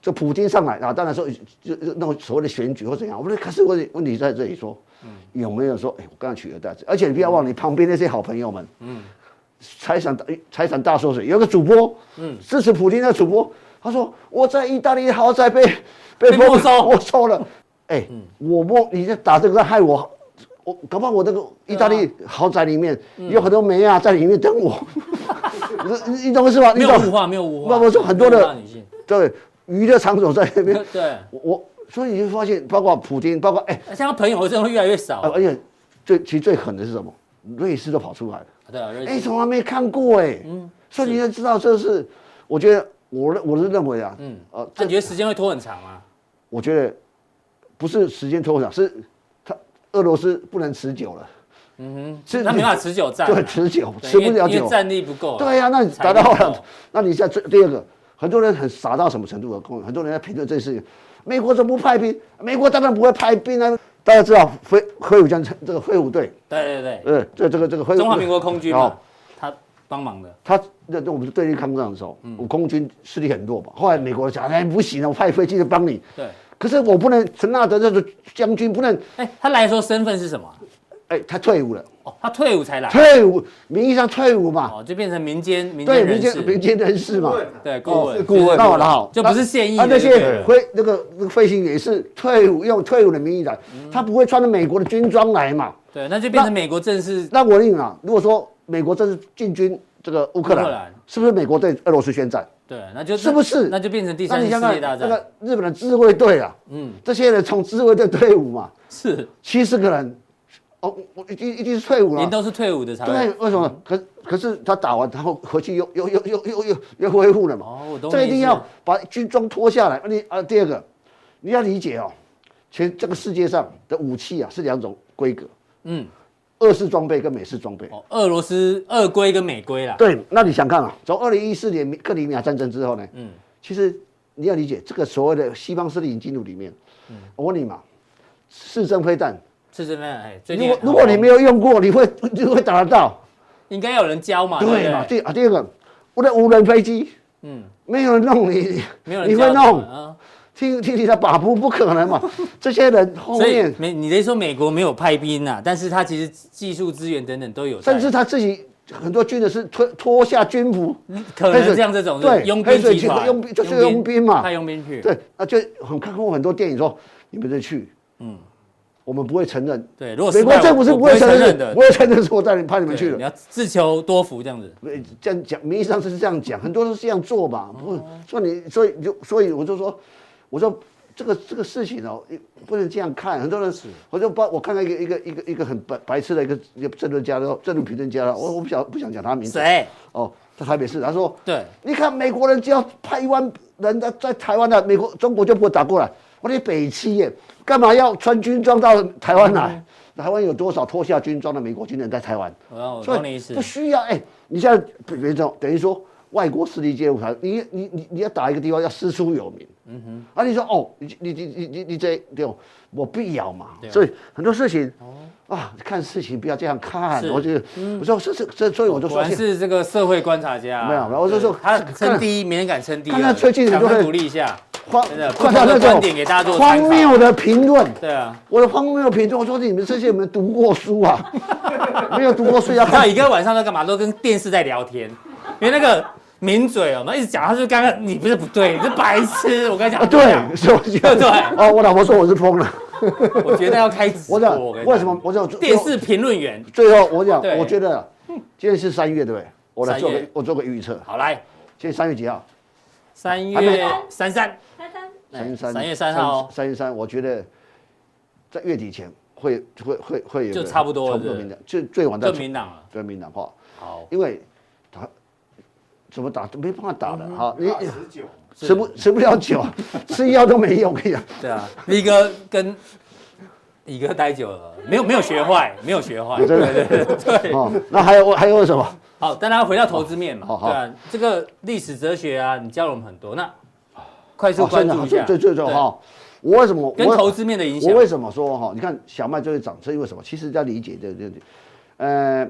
Speaker 2: 这普京上来啊，当然说就就那种所谓的选举或怎样，我们可是问问题在这里说，
Speaker 1: 嗯
Speaker 2: 有没有说，哎，我刚才取而代之，而且你不要忘了你旁边那些好朋友们，嗯，财产大财产大缩水，有个主播，嗯，支持普京的主播，他说我在意大利的豪宅被被
Speaker 1: 被没收
Speaker 2: 没收了，哎，
Speaker 1: 嗯
Speaker 2: 我没你在打这个害我。我搞不好我那个意大利
Speaker 1: 啊
Speaker 2: 豪宅里面
Speaker 1: 嗯
Speaker 2: 有很多梅亚啊在里面等 我，你你你懂我意思吧？你
Speaker 1: 没有
Speaker 2: 懂
Speaker 1: 物化，没有物化，
Speaker 2: 那我说很多
Speaker 1: 没有物化
Speaker 2: 的
Speaker 1: 女性，
Speaker 2: 对娱乐场所在那边，
Speaker 1: 对，
Speaker 2: 我我所以你就发现，包括普京，包括哎、
Speaker 1: 像朋友真的会越来越少
Speaker 2: 呃，而且最其实最狠的是什么？瑞士都跑出来了，
Speaker 1: 对啊，瑞
Speaker 2: 哎、
Speaker 1: 士嗯
Speaker 2: 从来没看过哎、所以你就知道这是，我觉得我认我是认为啊，
Speaker 1: 嗯
Speaker 2: 嗯，呃，
Speaker 1: 那
Speaker 2: 这
Speaker 1: 你觉得时间会拖很长吗？
Speaker 2: 我觉得不是时间拖长，是他俄罗斯不能持久了，嗯哼，是
Speaker 1: 他没办法持久战啊，
Speaker 2: 对持久，
Speaker 1: 对
Speaker 2: 持不
Speaker 1: 因为
Speaker 2: 了
Speaker 1: 因为
Speaker 2: 久，
Speaker 1: 战力不够啊。
Speaker 2: 对呀、那你
Speaker 1: 财
Speaker 2: 达
Speaker 1: 力
Speaker 2: 到
Speaker 1: 不够
Speaker 2: 了，那你现在最第二个，很多人很傻到什么程度啊？很多人在评论这件事情，美国怎么不派兵？美国当然不会派兵啊！大家知道飞飞虎将这个飞虎队，
Speaker 1: 对对
Speaker 2: 呃，这这个这个飞
Speaker 1: 对，
Speaker 2: 虎
Speaker 1: 中华民国空军嘛
Speaker 2: 哦，
Speaker 1: 他帮忙的，
Speaker 2: 他那那我们是对立抗战的时候，
Speaker 1: 嗯
Speaker 2: 我空军势力很弱嘛。后来美国讲，哎，不行啊，我派飞机来帮你。
Speaker 1: 对。
Speaker 2: 可是我不能陈纳德这个将军不能，
Speaker 1: 哎，他来的时候身份是什么啊？
Speaker 2: 哎，他退伍了，
Speaker 1: 哦，他退伍才来，
Speaker 2: 退伍名义上退伍嘛，
Speaker 1: 哦，就变成民间民
Speaker 2: 对
Speaker 1: 间
Speaker 2: 民
Speaker 1: 人
Speaker 2: 间民
Speaker 1: 士，
Speaker 2: 间哦人士嘛。
Speaker 1: 对，顾问
Speaker 3: 是顾问
Speaker 1: 就是
Speaker 2: 那我好，
Speaker 1: 就不是现役
Speaker 2: 啊，
Speaker 1: 的，
Speaker 2: 那
Speaker 1: 对了
Speaker 2: 些飞那个那个飞行员是退伍用退伍的名义来，
Speaker 1: 嗯
Speaker 2: 他不会穿着美国的军装来嘛。
Speaker 1: 对，那就变成美国正式
Speaker 2: 那我问你啊，如果说美国这是进军这个乌克
Speaker 1: 乌克
Speaker 2: 兰
Speaker 1: 兰，
Speaker 2: 是不是美国对俄罗斯宣战？
Speaker 1: 对，那就是
Speaker 2: 不是
Speaker 1: 那就变成第
Speaker 2: 那
Speaker 1: 三
Speaker 2: 你
Speaker 1: 次世
Speaker 2: 想
Speaker 1: 界
Speaker 2: 想
Speaker 1: 大
Speaker 2: 看那
Speaker 1: 战，
Speaker 2: 个日本的自卫队啊，
Speaker 1: 嗯，
Speaker 2: 这些人从自卫队退伍嘛，
Speaker 1: 是，
Speaker 2: 七十个人，哦，我一定一定是退伍
Speaker 1: 您
Speaker 2: 了。啊
Speaker 1: 都是退伍的才
Speaker 2: 对
Speaker 1: 会，，
Speaker 2: 为什么？可可是他打完，然后回去又又又又又又又恢复了嘛。
Speaker 1: 哦，我懂你
Speaker 2: 这
Speaker 1: 意思，
Speaker 2: 一定要把军装脱下来。你啊，第二个，你要理解哦，全这个世界上的武器啊是两种规格，
Speaker 1: 嗯，
Speaker 2: 俄式装备跟美式装备。
Speaker 1: 哦，俄罗斯俄规跟美规啦，
Speaker 2: 对，那你想看啊，从二零一四年克里米亚战争之后呢，
Speaker 1: 嗯，
Speaker 2: 其实你要理解这个所谓的西方势力引进入里面，
Speaker 1: 嗯
Speaker 2: 我问你嘛，四针飞弹，
Speaker 1: 是这边哎，最
Speaker 2: 如
Speaker 1: 近
Speaker 2: 果如果你没有用过，你会你会打得到，
Speaker 1: 应该有人教嘛，对
Speaker 2: 对嘛？
Speaker 1: 不对？
Speaker 2: 第啊第二个，我的无人飞机
Speaker 1: 嗯，
Speaker 2: 没有人弄你，
Speaker 1: 没有人
Speaker 2: 你
Speaker 1: 教的
Speaker 2: 会弄
Speaker 1: 嘛。啊
Speaker 2: 听听你的把不不 可能嘛！这些人后
Speaker 1: 所以
Speaker 2: 面，
Speaker 1: 美，你的意思说美国没有派兵呐、但是他其实技术资源等等都有在，
Speaker 2: 甚至他自己很多军人是脱脱下军服，
Speaker 1: 可
Speaker 2: 黑
Speaker 1: 能
Speaker 2: 水
Speaker 1: 这样这种
Speaker 2: 对
Speaker 1: 佣
Speaker 2: 黑
Speaker 1: 兵
Speaker 2: 水
Speaker 1: 集
Speaker 2: 集团
Speaker 1: 团，
Speaker 2: 佣兵就是佣兵嘛
Speaker 1: 派佣兵去，
Speaker 2: 对，那就很看过很多电影说你们这去，嗯，我们不会承认，
Speaker 1: 对，如果
Speaker 2: 美
Speaker 1: 失败
Speaker 2: 国政府
Speaker 1: 我
Speaker 2: 是
Speaker 1: 我
Speaker 2: 不
Speaker 1: 不
Speaker 2: 会
Speaker 1: 会
Speaker 2: 承认
Speaker 1: 的，
Speaker 2: 不会承认是我带你派你们去
Speaker 1: 对你
Speaker 2: 的。
Speaker 1: 要自求多福这样子，
Speaker 2: 对呃这样讲，名义上是这样讲，很多都是这样做
Speaker 1: 哦
Speaker 2: 嘛。不，所以你，所以你就，所以我就说，我说这个这个事情哦，不能这样看。很多人，我就包我看到一个一个一个一个很白白痴的一个一个政论家，然后政论评论家了，我我不想不想讲他名字。
Speaker 1: 谁？
Speaker 2: 哦，在台北市，他说，
Speaker 1: 对，
Speaker 2: 你看美国人只要派一万人在在台湾的，美国中国就不会打过来。我的北七耶，干嘛要穿军装到台
Speaker 1: 嗯
Speaker 2: 湾来？台湾有多少脱下军装的美国军人在台湾？
Speaker 1: 我要我
Speaker 2: 所
Speaker 1: 哦懂你意
Speaker 2: 以
Speaker 1: 思
Speaker 2: 不，需要哎、你现在比如说等于说外国势力介入台，你你你你要打一个地方要师出有名，嗯哼，啊你说哦，你你你你你你这对哦，我必要嘛，
Speaker 1: 啊
Speaker 2: 所以很多事情。啊，看事情不要这样看，
Speaker 1: 哦是嗯
Speaker 2: 我就、我说这是这，所以我就
Speaker 1: 果
Speaker 2: 说
Speaker 1: 然是这个社会观察家啊、
Speaker 2: 没有没有我就
Speaker 1: 对
Speaker 2: 说
Speaker 1: 他
Speaker 2: 看
Speaker 1: 称第一，没人敢啊称第二。
Speaker 2: 看他最近很
Speaker 1: 想
Speaker 2: 多人
Speaker 1: 鼓励一下，
Speaker 2: 哎荒
Speaker 1: 真的不
Speaker 2: 看到
Speaker 1: 同的
Speaker 2: 那
Speaker 1: 观
Speaker 2: 种
Speaker 1: 点给大家做参
Speaker 2: 荒
Speaker 1: 考
Speaker 2: 谬的评论，
Speaker 1: 对啊。
Speaker 2: 我的荒谬的评论，我说你们这些有没有读过 书啊？没有读过书要
Speaker 1: 还
Speaker 2: 看
Speaker 1: 有一个晚上在干嘛？都跟电视在聊天，因为那个抿嘴哦，那一直讲，他就刚刚你不是不对，你是白痴。我跟你
Speaker 2: 啊？
Speaker 1: 讲，
Speaker 2: 对，是我觉 得
Speaker 1: 对
Speaker 2: 哦，我老婆说我是 疯了，
Speaker 1: 我觉得要开直播。
Speaker 2: 我讲
Speaker 1: 我跟你讲
Speaker 2: 为什么？我讲
Speaker 1: 电视评论员？
Speaker 2: 最后我讲
Speaker 1: 对，嗯
Speaker 2: 我觉得啊今天是三月对不对？我来做
Speaker 1: 三
Speaker 2: 个
Speaker 1: 月
Speaker 2: 我做个预测，
Speaker 1: 好来，
Speaker 2: 今天三月几号？
Speaker 1: 三
Speaker 2: 还
Speaker 1: 月
Speaker 2: 没
Speaker 1: 三三，
Speaker 5: 三三
Speaker 2: 三月三
Speaker 1: 哎三月三号哦
Speaker 2: 三月三，我觉得在月底前会会会会有
Speaker 1: 就
Speaker 2: 个
Speaker 1: 差不多了
Speaker 2: 差不多
Speaker 1: 是不是
Speaker 2: 明朗，就最晚到
Speaker 1: 证明党了。
Speaker 2: 对明朗化，
Speaker 1: 好，
Speaker 2: 因为打怎么打都没办法打
Speaker 1: 嗯
Speaker 2: 的哈，
Speaker 1: 啊
Speaker 2: 你
Speaker 4: 十九，
Speaker 2: 吃不吃不 了酒，吃药都没用，我跟哎你讲。
Speaker 1: 对啊，力哥跟李哥待久了，没有没有学坏，没有学坏，对
Speaker 2: 哦真的
Speaker 1: 对对对对。
Speaker 2: 哦，那还有还有什么？
Speaker 1: 好，但大家回到投资面嘛，
Speaker 2: 好好
Speaker 1: 对啊，这个历史哲学啊，你教了我们很多，那快速
Speaker 2: 哦
Speaker 1: 关注一下，
Speaker 2: 最最最哈，我为什么
Speaker 1: 对，跟
Speaker 2: 我
Speaker 1: 投资面的影响
Speaker 2: 我，为什么说哈？你看小麦就会涨，是因为什么？其实要理解这这，呃，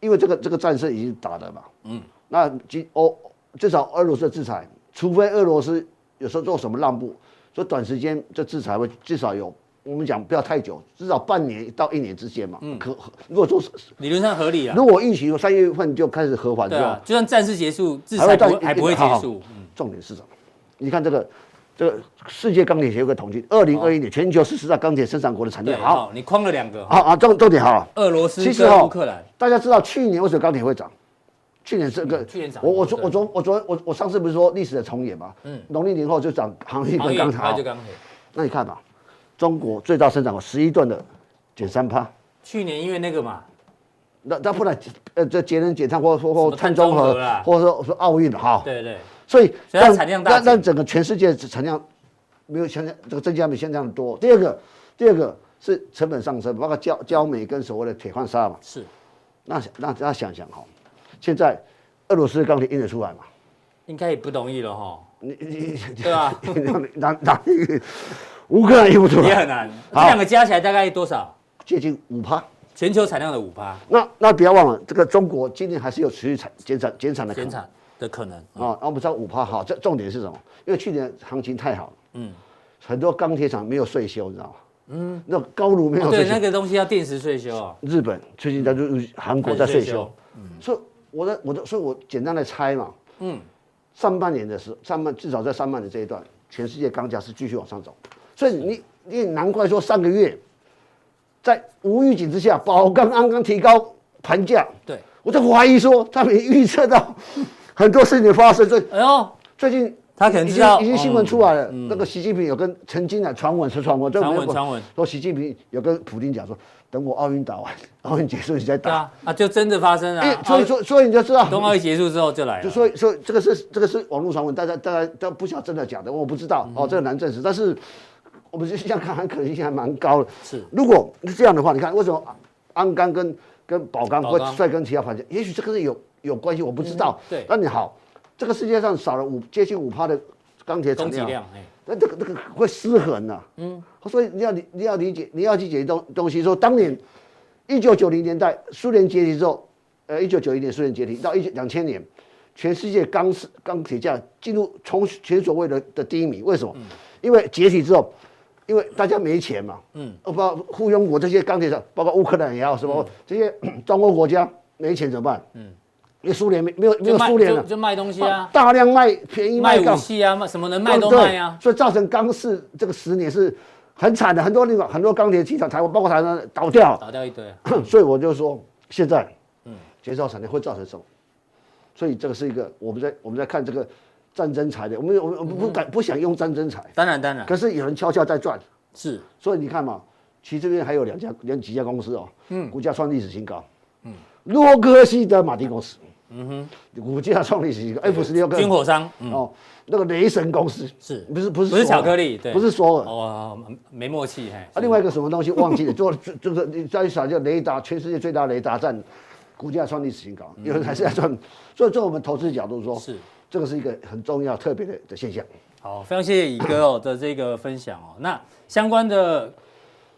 Speaker 2: 因为这个这个战争哦已经打了嘛，嗯，那即欧至少俄罗斯的制裁，除非俄罗斯有时候做什么让步，说短时间这制裁会至少有，我们讲不要太久，至少半年到一年之间嘛。可如果说是
Speaker 1: 理论上合理嗯啊。
Speaker 2: 如果疫情三月份就开始和缓
Speaker 1: 对
Speaker 2: 之后
Speaker 1: 啊，，就算战事结束，制
Speaker 2: 还
Speaker 1: 裁
Speaker 2: 会到
Speaker 1: 不会还不会结
Speaker 2: 好好
Speaker 1: 束。嗯
Speaker 2: 重点是什么？你看这个，这个世界钢铁协会统计，二零二一年全球四十大钢铁生产国的产
Speaker 1: 对，
Speaker 2: 量。好，
Speaker 1: 好，你框了两个，
Speaker 2: 好啊，重重点好了。
Speaker 1: 俄罗斯
Speaker 2: 其实
Speaker 1: 跟
Speaker 2: 哦
Speaker 1: 乌克兰，
Speaker 2: 大家知道去年为什么钢铁会涨？去年这个，
Speaker 1: 嗯去年涨
Speaker 2: 我我昨
Speaker 1: 对
Speaker 2: 我昨我昨我我上次不是说历史的重演吗？嗯，农历年后就涨航运
Speaker 1: 航
Speaker 2: 跟
Speaker 1: 运
Speaker 2: 钢
Speaker 1: 它就
Speaker 2: 铁。
Speaker 1: 钢铁。
Speaker 2: 那你看嘛，中国最大生产国十一吨的减三趴，
Speaker 1: 去年因为那个嘛，
Speaker 2: 那那不然呃这节能减碳或或
Speaker 1: 什么
Speaker 2: 或碳
Speaker 1: 碳
Speaker 2: 中
Speaker 1: 中
Speaker 2: 和
Speaker 1: 和啦，
Speaker 2: 或者说说奥运好，
Speaker 1: 对对，
Speaker 2: 所以
Speaker 1: 所以它产量大
Speaker 2: 让
Speaker 1: 减
Speaker 2: 让整个全世界产量没有像这个增加没像这样多。第二个，第二个是成本上升，包括焦焦煤跟所谓的铁矿砂嘛。
Speaker 1: 是
Speaker 2: 那那那想想哈，现在俄罗斯的钢铁印得出来嘛？
Speaker 1: 应该也不容易了哈，
Speaker 2: 你你
Speaker 1: 对吧？
Speaker 2: 你哪哪哪一个乌克兰印不出
Speaker 1: 也
Speaker 2: 来？
Speaker 1: 很难。这
Speaker 2: 好
Speaker 1: 两个加起来大概多少？
Speaker 2: 接近五趴。
Speaker 1: 全球产量的五趴，
Speaker 2: 那那不要忘了，这个中国今年还是有持续产减产减产的可
Speaker 1: 减
Speaker 2: 能
Speaker 1: 产的可能。
Speaker 2: 啊。那我们知道五趴好，这重点是什么？因为去年行情太好了，
Speaker 1: 嗯，
Speaker 2: 很多钢铁厂没有税修，你知道吗？嗯，那高炉没有
Speaker 1: 哦对，
Speaker 2: 税修
Speaker 1: 那，个东西要定时税修哦，
Speaker 2: 日本最近在入入韩国在税修，，所以我的我的所以我简单的猜嘛，
Speaker 1: 嗯，
Speaker 2: 上半年的时候，上半至少在上半年这一段，全世界钢价是继续往上走，所以你你也难怪说上个月在无预警之下，宝钢、鞍钢提高盘价，
Speaker 1: 对。
Speaker 2: 我就怀疑说他们预测到 很多事情的发生，所以
Speaker 1: 哎呦，
Speaker 2: 最近
Speaker 1: 他可能
Speaker 2: 已
Speaker 1: 知道
Speaker 2: 经已经新闻
Speaker 1: 嗯
Speaker 2: 出来了，那个习近平有跟曾经啊传闻是传闻，这
Speaker 1: 传
Speaker 2: 没有
Speaker 1: 闻
Speaker 2: 过
Speaker 1: 传闻
Speaker 2: 说习近平有跟普京讲说，等我奥运打完，奥运结束你再
Speaker 1: 对
Speaker 2: 打。
Speaker 1: 啊，啊，就真的发生
Speaker 2: 哎
Speaker 1: 了。，
Speaker 2: 所以
Speaker 1: 说，
Speaker 2: 说所以你就知道，
Speaker 1: 冬奥一结束之后就来
Speaker 2: 就
Speaker 1: 了。
Speaker 2: 所以所以这个是这个是网络传闻，大家大家都不晓得真的假的，我不知道哦，这个难证实。但是我们就像看，还可能性还蛮高的。
Speaker 1: 是
Speaker 2: 如果是这样的话，你看为什么鞍钢跟跟宝钢
Speaker 1: 宝
Speaker 2: 会
Speaker 1: 钢
Speaker 2: 率跟其他反价？也许这个是有有关系，我不知道。
Speaker 1: 嗯对
Speaker 2: 那你好，这个世界上少了五接近五趴的钢铁
Speaker 1: 供
Speaker 2: 产
Speaker 1: 给量，哎，
Speaker 2: 那这个这个会失衡呐、嗯，所以你要理你要理解，你要理解东东西。说当年一九九零年代苏联解体之后，呃，一九九一年苏联解体到一九两千年，全世界钢丝钢铁价进入从前所谓的的低迷。为什
Speaker 1: 嗯
Speaker 2: 么？因为解体之后，因为大家没钱嘛，嗯，包括附庸国这些钢铁厂，包括乌克兰也好，什
Speaker 1: 嗯
Speaker 2: 么、这些 中欧国家没钱怎么办？嗯，因为苏联没没有没
Speaker 1: 就
Speaker 2: 有
Speaker 1: 卖
Speaker 2: 苏联
Speaker 1: 就
Speaker 2: 了。
Speaker 1: 就卖东西啊，
Speaker 2: 大量卖便宜
Speaker 1: 卖
Speaker 2: 钢
Speaker 1: 武器啊，卖什么能卖都卖啊
Speaker 2: 对。所以造成钢市这个十年是很惨的，很多那个很多钢铁企厂，台湾包括台湾倒掉了。
Speaker 1: 倒掉一堆啊，
Speaker 2: 所以我就说，现在，嗯，减少产量会造成什么？所以这个是一个我们在我们在看这个战争财的，我们我们我们不敢不想用战争财，
Speaker 1: 当然当然
Speaker 2: 可是有人悄悄在赚，
Speaker 1: 是
Speaker 2: 所以你看嘛，其实这边还有两家两几家公司哦，嗯，股价创历史新高，嗯，洛克希德马丁公司，嗯哼，股价创历史新高，F 十六个
Speaker 1: 军火商，嗯，
Speaker 2: 哦，那个雷神公司
Speaker 1: 是
Speaker 2: 不是不是
Speaker 1: 不是
Speaker 2: 索尔
Speaker 1: 巧克力对
Speaker 2: 不是索尔。
Speaker 1: 哦，没默契，嘿，
Speaker 2: 啊，另外一个什么东西忘 记了，做这这个你再去查叫雷达，全世界最大雷达站，股价创历史新高，有人还是在赚。所以，从我们投资角度说，
Speaker 1: 嗯是
Speaker 2: 这个是一个很重要特别的的现象。
Speaker 1: 好，非常谢谢乙哥哦的这个分享哦。那相关的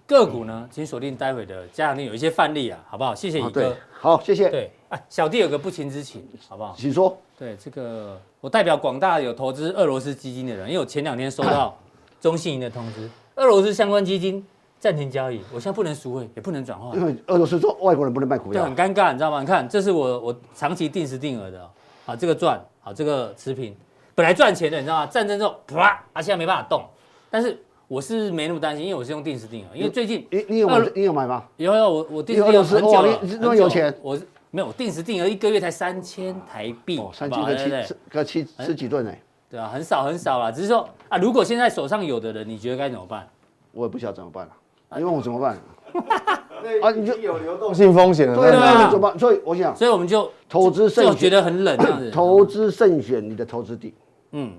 Speaker 1: 个股呢，请锁定待会的加强定有一些范例啊，好不好？谢谢
Speaker 2: 啊
Speaker 1: 乙
Speaker 2: 对
Speaker 1: 哥。，
Speaker 2: 好，谢谢，
Speaker 1: 对，哎，小弟有个不情之请，好不好？
Speaker 2: 请说。
Speaker 1: 对，这个我代表广大有投资俄罗斯基金的人，因为我前两天收 到中信银的通知，俄罗斯相关基金暂停交易，我现在不能赎回，也不能转换
Speaker 2: 因，为俄罗斯说外国人不能卖股
Speaker 1: 哦对，
Speaker 2: 票
Speaker 1: 很，尴尬，你知道吗？你看，这是我我长期定时定额的哦，好，这个赚，好，这个持平，本来赚钱的，你知道吗？战争之后，啪，啊，现在没办法动，但是我是没那么担心，因为我是用定时定额，因为最近
Speaker 2: 你你有
Speaker 1: 俄罗
Speaker 2: 买你有买吗？
Speaker 1: 有有我我定时
Speaker 2: 你俄
Speaker 1: 定额
Speaker 2: 罗斯
Speaker 1: 很久
Speaker 2: 哇
Speaker 1: 了，
Speaker 2: 你
Speaker 1: 很
Speaker 2: 那么
Speaker 1: 久
Speaker 2: 有钱
Speaker 1: 我是没有我定时定额一个月才三千台币，
Speaker 2: 哦，三
Speaker 1: 好
Speaker 2: 千
Speaker 1: 不好
Speaker 2: 个
Speaker 1: 对哎对
Speaker 2: 七
Speaker 1: 对
Speaker 2: 个七十几吨呢，
Speaker 1: 对啊，很少很少啦，只是说啊，如果现在手上有的人，你觉得该怎么办？
Speaker 2: 我也不晓得怎么办了。
Speaker 1: 哎
Speaker 2: 你问我怎么办？
Speaker 3: 啊，
Speaker 2: 啊
Speaker 3: 你
Speaker 2: 你
Speaker 3: 就
Speaker 2: 就
Speaker 3: 有流动性风险了。
Speaker 2: 对
Speaker 3: 那
Speaker 1: 啊
Speaker 2: 啊，怎么办？所以我想，
Speaker 1: 所以我们就
Speaker 2: 投资慎
Speaker 1: 就
Speaker 2: 选
Speaker 1: 觉得很冷这样子。
Speaker 2: 投资慎选你的投资地，
Speaker 1: 嗯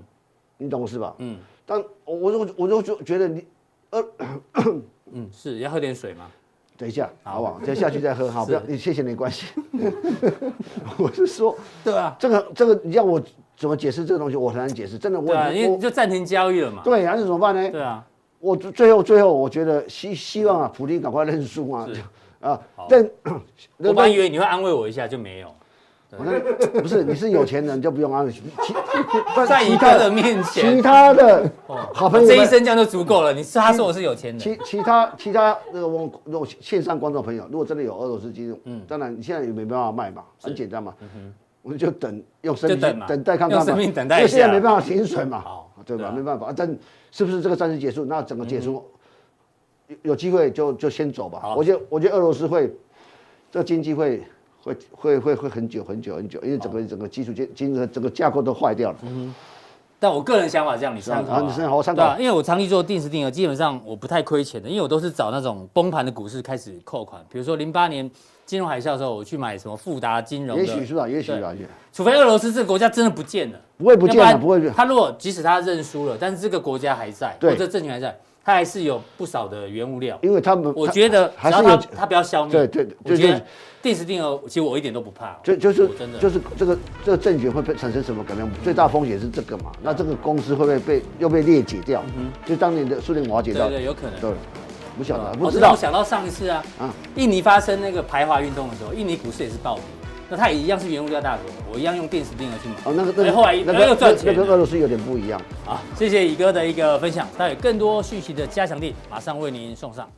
Speaker 2: 你懂我是吧？
Speaker 1: 嗯
Speaker 2: 但我我就我就就觉得你
Speaker 1: 嗯，是要喝点水吗？
Speaker 2: 等一下，好不好？等下去再喝，好，
Speaker 1: 是
Speaker 2: 不要你谢谢你的关心。 我是说，
Speaker 1: 对啊，
Speaker 2: 这个这个，你让我怎么解释这个东西，我很难解释，真的我
Speaker 1: 对啊，因为
Speaker 2: 我
Speaker 1: 就暂停交易了嘛。
Speaker 2: 对，还是怎么办呢？
Speaker 1: 对啊，
Speaker 2: 我最后最后，我觉得希希望啊，普丁赶快认输啊
Speaker 1: 是，
Speaker 2: 啊，认
Speaker 1: 我本来以
Speaker 2: 认
Speaker 1: 为你会安慰我一下，就没有。
Speaker 2: 我那不是，你是有钱人就不用啊安慰，其 不
Speaker 1: 在一
Speaker 2: 其
Speaker 1: 个
Speaker 2: 他
Speaker 1: 的面
Speaker 2: 其
Speaker 1: 前，
Speaker 2: 他的好朋友
Speaker 1: 这一
Speaker 2: 们，
Speaker 1: 生这样就足够了。你是他说我是有钱人，
Speaker 2: 其其他其他那个网如果线上观众朋友，如果真的有俄罗斯鸡肉，嗯，当然你现在也没办法卖嘛，很简单嘛，我们就等用生
Speaker 1: 嗯就
Speaker 2: 命
Speaker 1: 等嘛
Speaker 2: 等待看看嘛，
Speaker 1: 用生命等待一
Speaker 2: 因为现在
Speaker 1: 下
Speaker 2: 没办法停水嘛
Speaker 1: 好，
Speaker 2: 对
Speaker 1: 对啊嗯
Speaker 2: 吧？没办法，啊但是不是这个战事结束，那整个结束有有机会就就先走吧
Speaker 1: 好。
Speaker 2: 我觉得我觉得俄罗斯会这个经济会。会会会会很久很久很久，因为整个整个基础建经整个架构都坏掉了。
Speaker 1: 嗯但我个人想法这样，你参考啊。
Speaker 2: 是啊你参考我参考
Speaker 1: 对啊因为我长期做定时定额，基本上我不太亏钱的，因为我都是找那种崩盘的股市开始扣款。比如说零八年金融海啸的时候，我去买什么富达金融的，
Speaker 2: 也许是吧，也许吧，也许
Speaker 1: 除非俄罗斯这个国家真的不见了，
Speaker 2: 不会不见了
Speaker 1: 要然
Speaker 2: 不会不见
Speaker 1: 他如果即使他认输了，但是这个国家还在，
Speaker 2: 对
Speaker 1: 或者政权还在，他还是有不少的原物料。
Speaker 2: 因为他们
Speaker 1: 我
Speaker 2: 他
Speaker 1: 觉得只
Speaker 2: 还
Speaker 1: 要
Speaker 2: 是
Speaker 1: 他
Speaker 2: 有
Speaker 1: 他不要消灭，
Speaker 2: 对对对
Speaker 1: 我觉
Speaker 2: 就
Speaker 1: 得
Speaker 2: 是
Speaker 1: 定时定额，其实我一点都不怕哦，
Speaker 2: 就就是
Speaker 1: 我真的嗯
Speaker 2: 就是这个这个政权会被产生什么改变？最大风险是这个嘛？那这个公司会不会被又被裂解掉？就当年的苏联瓦解
Speaker 1: 嗯
Speaker 2: 掉，
Speaker 1: 对对有可能哦
Speaker 2: 对，不晓得，
Speaker 1: 我
Speaker 2: 不
Speaker 1: 知
Speaker 2: 知
Speaker 1: 道，
Speaker 2: 道
Speaker 1: 我。想到上一次啊，
Speaker 2: 啊
Speaker 1: 印尼发生那个排华运动的时候，印尼股市也是暴跌，那它也一样是原物料大国，我一样用电子定额去买。
Speaker 2: 哦，那个那
Speaker 1: 哎
Speaker 2: 个
Speaker 1: 后来
Speaker 2: 那
Speaker 1: 又赚
Speaker 2: 个
Speaker 1: 钱
Speaker 2: 那
Speaker 1: 了。啊
Speaker 2: 个俄罗斯有点不一样。
Speaker 1: 好，谢谢乙哥的一个分享，那有更多讯息的加强力，马上为您送上。